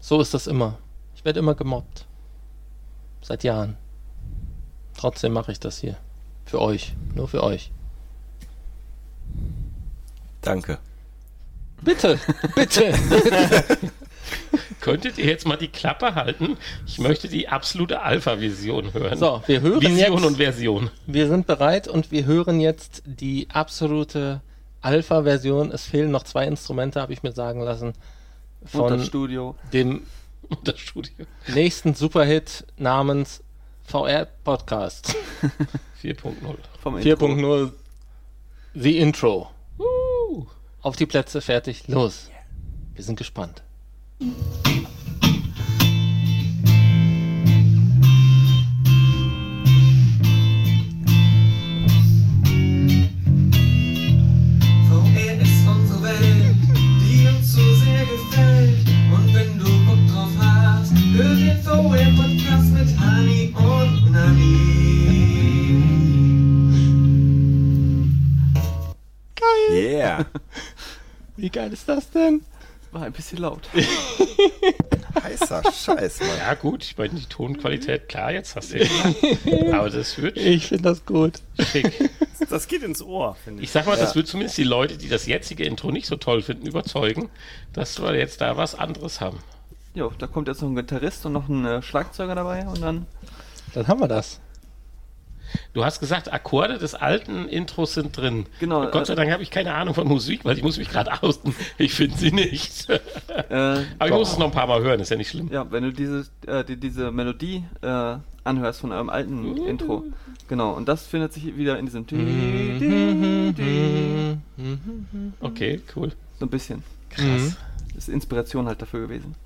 Speaker 2: So ist das immer. Ich werde immer gemobbt. Seit Jahren. Trotzdem mache ich das hier. Für euch. Nur für euch.
Speaker 4: Danke.
Speaker 2: Bitte, bitte.
Speaker 3: Könntet ihr jetzt mal die Klappe halten? Ich möchte die absolute Alpha-Vision hören.
Speaker 2: So, wir hören
Speaker 3: Vision
Speaker 2: jetzt.
Speaker 3: und Version.
Speaker 2: wir sind bereit und wir hören jetzt die absolute Alpha-Version. Es fehlen noch zwei Instrumente, habe ich mir sagen lassen.
Speaker 6: Und das
Speaker 2: Von
Speaker 6: Studio.
Speaker 2: dem
Speaker 3: Das Studio.
Speaker 2: nächsten Superhit namens VR Podcast
Speaker 3: 4.0.
Speaker 6: Vom Intro.
Speaker 2: 4.0 The Intro.
Speaker 3: Uh.
Speaker 2: Auf die Plätze, fertig, los. Wir sind gespannt.
Speaker 7: VR ist unsere Welt, die uns so sehr gefällt. Und wenn du Bock drauf hast, hör den VR-Podcast mit Hani und Nani.
Speaker 4: Yeah.
Speaker 2: Wie geil ist das denn?
Speaker 6: War ein bisschen laut.
Speaker 4: Heißer Scheiß, Mann.
Speaker 3: Ja, gut, ich meine, die Tonqualität, klar, jetzt hast du ja gesagt. Aber das wird
Speaker 2: Ich finde das gut.
Speaker 3: schick.
Speaker 5: Das geht ins Ohr, finde ich.
Speaker 3: Ich sag mal, das wird zumindest die Leute, die das jetzige Intro nicht so toll finden, überzeugen, dass wir jetzt da was anderes haben.
Speaker 6: Jo, da kommt jetzt noch ein Gitarrist und noch ein äh, Schlagzeuger dabei und dann.
Speaker 2: Dann haben wir das.
Speaker 3: Du hast gesagt, Akkorde des alten Intros sind drin.
Speaker 6: Genau,
Speaker 3: Gott sei
Speaker 6: also-
Speaker 3: Dank habe ich keine Ahnung von Musik, weil ich muss mich gerade outen. Ich finde sie nicht.
Speaker 6: Äh,
Speaker 3: Aber ich muss es noch ein paar Mal hören, ist ja nicht schlimm.
Speaker 6: Ja, wenn du diese, äh, die, diese Melodie äh, anhörst von eurem alten
Speaker 2: Mhm.
Speaker 6: Intro. Genau, und das findet sich wieder in diesem.
Speaker 2: Mhm.
Speaker 3: Okay, cool.
Speaker 6: So ein bisschen.
Speaker 2: Krass.
Speaker 6: Ist Inspiration halt dafür gewesen.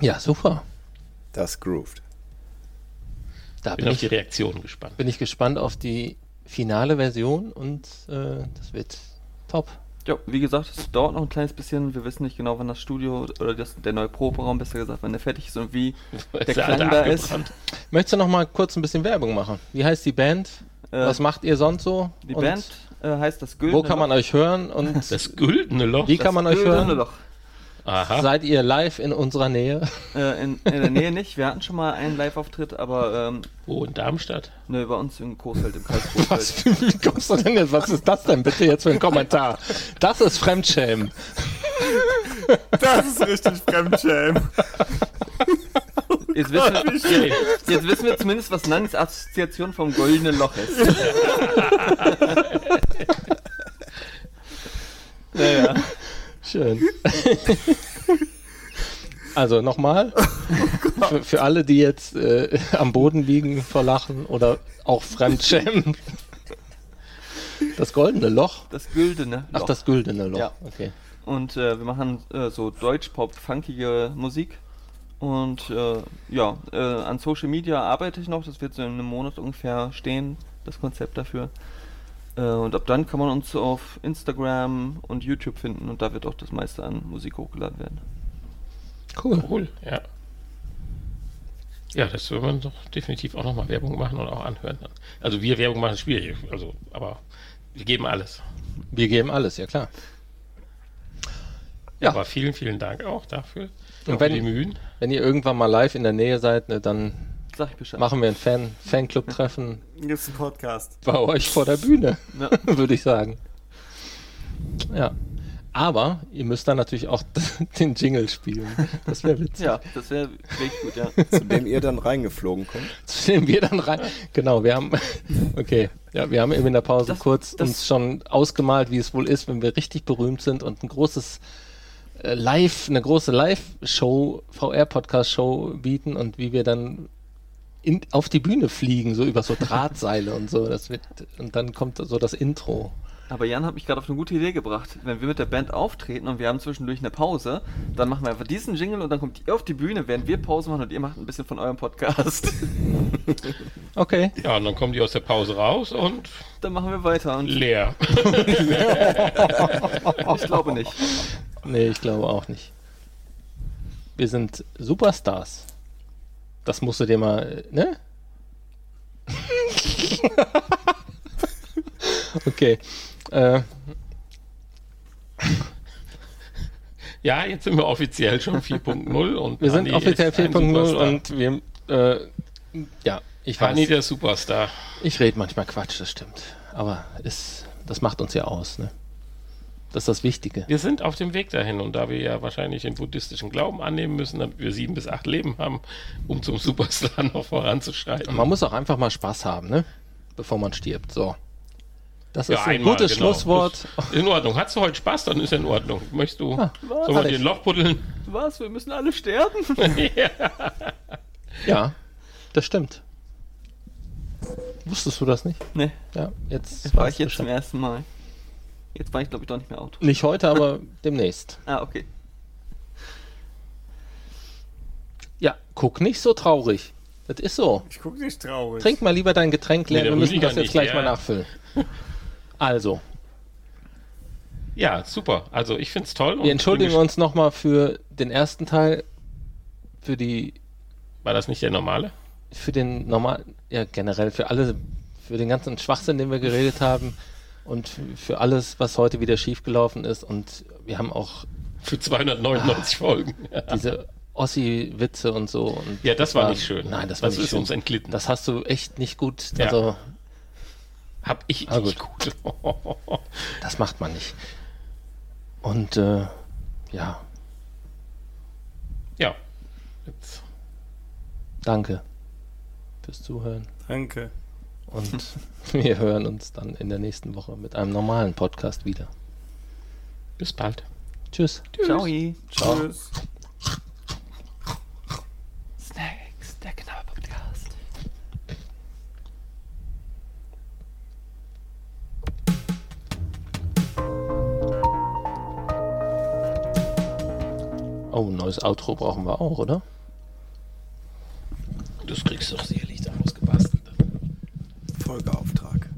Speaker 2: Ja, super.
Speaker 4: Das grooved.
Speaker 2: Da
Speaker 3: Bin
Speaker 2: bin
Speaker 3: auf die
Speaker 2: ich,
Speaker 3: Reaktion gespannt.
Speaker 2: bin ich gespannt auf die finale Version und äh, das wird top.
Speaker 6: Ja, wie gesagt, es dauert noch ein kleines bisschen. Wir wissen nicht genau, wann das Studio oder das, der neue Proberaum, besser gesagt, wann der fertig ist und wie
Speaker 3: Der
Speaker 6: Klang
Speaker 3: alte
Speaker 6: da ist.
Speaker 3: abgebrannt.
Speaker 2: Möchtest du noch mal kurz ein bisschen Werbung machen? Wie heißt die Band?
Speaker 6: Äh,
Speaker 2: Was macht ihr sonst so?
Speaker 6: die
Speaker 2: Und
Speaker 6: Band äh, heißt das Güldene
Speaker 2: Wo kann man
Speaker 6: Loch.
Speaker 2: euch hören? Und
Speaker 3: Das güldene Loch.
Speaker 2: wie kann man euch
Speaker 6: Güldene
Speaker 2: hören?
Speaker 6: Loch.
Speaker 3: Aha.
Speaker 2: Seid ihr live in unserer Nähe?
Speaker 6: Äh, in, in der Nähe nicht. Wir hatten schon mal einen Live-Auftritt, aber ähm,
Speaker 3: Wo in Darmstadt?
Speaker 6: ne, bei uns in Coesfeld im Kreis
Speaker 2: Was,
Speaker 6: Coesfeld.
Speaker 2: wie kommst du denn jetzt? Was ist das denn bitte jetzt für ein Kommentar? Das ist Fremdschämen.
Speaker 5: Das ist richtig Fremdschämen.
Speaker 6: Jetzt wissen, wir, jetzt, jetzt wissen wir zumindest, was Nannys Assoziation vom Goldene Loch ist.
Speaker 2: Naja. Schön. Also nochmal, für, für alle, die jetzt äh, am Boden liegen vor Lachen oder auch fremdschämen. Das goldene Loch?
Speaker 6: Das Güldene
Speaker 2: Ach,
Speaker 6: Loch.
Speaker 2: das güldene Loch.
Speaker 6: Ja.
Speaker 2: Okay.
Speaker 6: Und äh, wir machen äh, so Deutsch-Pop-funkige Musik. Und äh, ja, äh, an Social Media arbeite ich noch. Das wird so in einem Monat ungefähr stehen, das Konzept dafür. Äh, und ab dann kann man uns auf Instagram und YouTube finden. Und da wird auch das meiste an Musik hochgeladen werden.
Speaker 2: Cool.
Speaker 3: Cool, ja. Ja, das will man doch definitiv auch nochmal Werbung machen und auch anhören. Dann. Also wir Werbung machen ist schwierig, also, aber wir geben alles.
Speaker 2: Wir geben alles, ja klar. Ja.
Speaker 3: Ja. Aber vielen, vielen Dank auch dafür.
Speaker 2: Und
Speaker 3: Auch
Speaker 2: wenn-
Speaker 3: für die Mühen.
Speaker 2: Wenn ihr irgendwann mal live in der Nähe seid, ne, dann
Speaker 6: Sag ich Bescheid.
Speaker 2: machen wir ein Fan Fanclub-Treffen
Speaker 5: Gibt's einen Podcast.
Speaker 2: bei euch vor der Bühne,
Speaker 6: Ja.
Speaker 2: würde ich sagen. Ja. Aber ihr müsst dann natürlich auch den Jingle spielen. Das wäre witzig.
Speaker 6: Ja, das wäre wirklich gut, ja.
Speaker 4: zu dem ihr dann reingeflogen kommt.
Speaker 2: Stehen wir dann rein. Genau, wir haben, okay, ja, wir haben eben in der Pause
Speaker 6: Das-
Speaker 2: kurz
Speaker 6: das-
Speaker 2: uns schon ausgemalt, wie es wohl ist, wenn wir richtig berühmt sind und ein großes äh, Live, eine große Live-Show, VR-Podcast-Show bieten und wie wir dann in, auf die Bühne fliegen, so über so Drahtseile und so. Das wird, und dann kommt so das Intro.
Speaker 6: Aber Jan hat mich gerade auf eine gute Idee gebracht. Wenn wir mit der Band auftreten und wir haben zwischendurch eine Pause, dann machen wir einfach diesen Jingle und dann kommt ihr auf die Bühne, während wir Pause machen und ihr macht ein bisschen von eurem Podcast.
Speaker 2: Okay.
Speaker 3: Ja, und dann kommen die aus der Pause raus und
Speaker 6: Dann machen wir weiter und
Speaker 3: leer.
Speaker 6: ich glaube nicht.
Speaker 2: Nee, ich glaube auch nicht. Wir sind Superstars. Das musst du dir mal, äh, ne? okay. Äh,
Speaker 3: Ja, jetzt sind wir offiziell schon 4.0 und
Speaker 2: wir sind
Speaker 3: Hani
Speaker 2: offiziell
Speaker 3: ist ein
Speaker 2: 4.0
Speaker 3: Superstar.
Speaker 2: und wir, äh, ja, ich
Speaker 3: Hani
Speaker 2: weiß.
Speaker 3: der Superstar.
Speaker 2: Ich rede manchmal Quatsch, das stimmt. Aber ist, das macht uns ja aus, ne? Das ist das Wichtige.
Speaker 3: Wir sind auf dem Weg dahin und da wir ja wahrscheinlich den buddhistischen Glauben annehmen müssen, damit wir sieben bis acht Leben haben, um zum Superstar noch voranzuschreiten.
Speaker 2: Man muss auch einfach mal Spaß haben, ne? Bevor man stirbt. So. Das ist
Speaker 3: Ja,
Speaker 2: ein
Speaker 3: einmal,
Speaker 2: gutes
Speaker 3: genau.
Speaker 2: Schlusswort.
Speaker 3: Ist in Ordnung. Hast du heute Spaß, dann ist ja in Ordnung. Möchtest du,
Speaker 2: Ah,
Speaker 3: sollen wir
Speaker 2: hatte
Speaker 3: dir
Speaker 2: ich.
Speaker 3: ein Loch buddeln?
Speaker 6: Was? Wir müssen alle sterben?
Speaker 2: Ja, das stimmt. Wusstest du das nicht?
Speaker 6: Nee,
Speaker 2: Ja, jetzt
Speaker 6: das war
Speaker 2: weißt
Speaker 6: ich
Speaker 2: du
Speaker 6: jetzt zum
Speaker 2: Bescheid.
Speaker 6: ersten Mal. Jetzt war ich glaube ich doch nicht mehr Auto.
Speaker 2: Nicht heute, aber demnächst.
Speaker 6: Ah, okay.
Speaker 2: Ja, guck nicht so traurig. Das ist so.
Speaker 5: Ich gucke nicht traurig.
Speaker 2: Trink mal lieber dein Getränk leer.
Speaker 3: Nee, der
Speaker 2: Wir müssen
Speaker 3: Rüdiger
Speaker 2: das jetzt
Speaker 3: nicht, Oh,
Speaker 2: gleich
Speaker 3: ja.
Speaker 2: mal nachfüllen. Also,
Speaker 3: Ja, super. Also ich finde es toll. und
Speaker 2: wir entschuldigen
Speaker 3: bin
Speaker 2: uns nochmal für den ersten Teil, für die,
Speaker 3: gespannt. War das nicht der normale?
Speaker 2: für den normalen, ja generell für alle, für den ganzen Schwachsinn, den wir geredet haben und für alles, was heute wieder schiefgelaufen ist. Und wir haben auch
Speaker 3: Für 299 Folgen.
Speaker 2: diese Ossi-Witze und so. Und
Speaker 3: Ja, das war nicht schön.
Speaker 2: Nein, das, war
Speaker 3: Das
Speaker 2: nicht
Speaker 3: ist
Speaker 2: schön.
Speaker 3: uns entglitten.
Speaker 2: Das hast du echt nicht gut.
Speaker 3: Ja.
Speaker 2: Also,
Speaker 3: Hab ich
Speaker 2: Ah,
Speaker 3: nicht gut.
Speaker 2: das macht man nicht. Und äh, ja,
Speaker 3: ja. Jetzt.
Speaker 2: danke fürs Zuhören.
Speaker 5: Danke.
Speaker 2: Und wir hören uns dann in der nächsten Woche mit einem normalen Podcast wieder.
Speaker 3: Bis bald.
Speaker 2: Tschüss.
Speaker 6: Ciao.
Speaker 5: Tschüss.
Speaker 6: Snacks, der knappe Podcast.
Speaker 2: Oh, ein neues Outro brauchen wir auch, oder?
Speaker 3: Das kriegst du doch sicherlich daraus gebastelt.
Speaker 4: Folgeauftrag.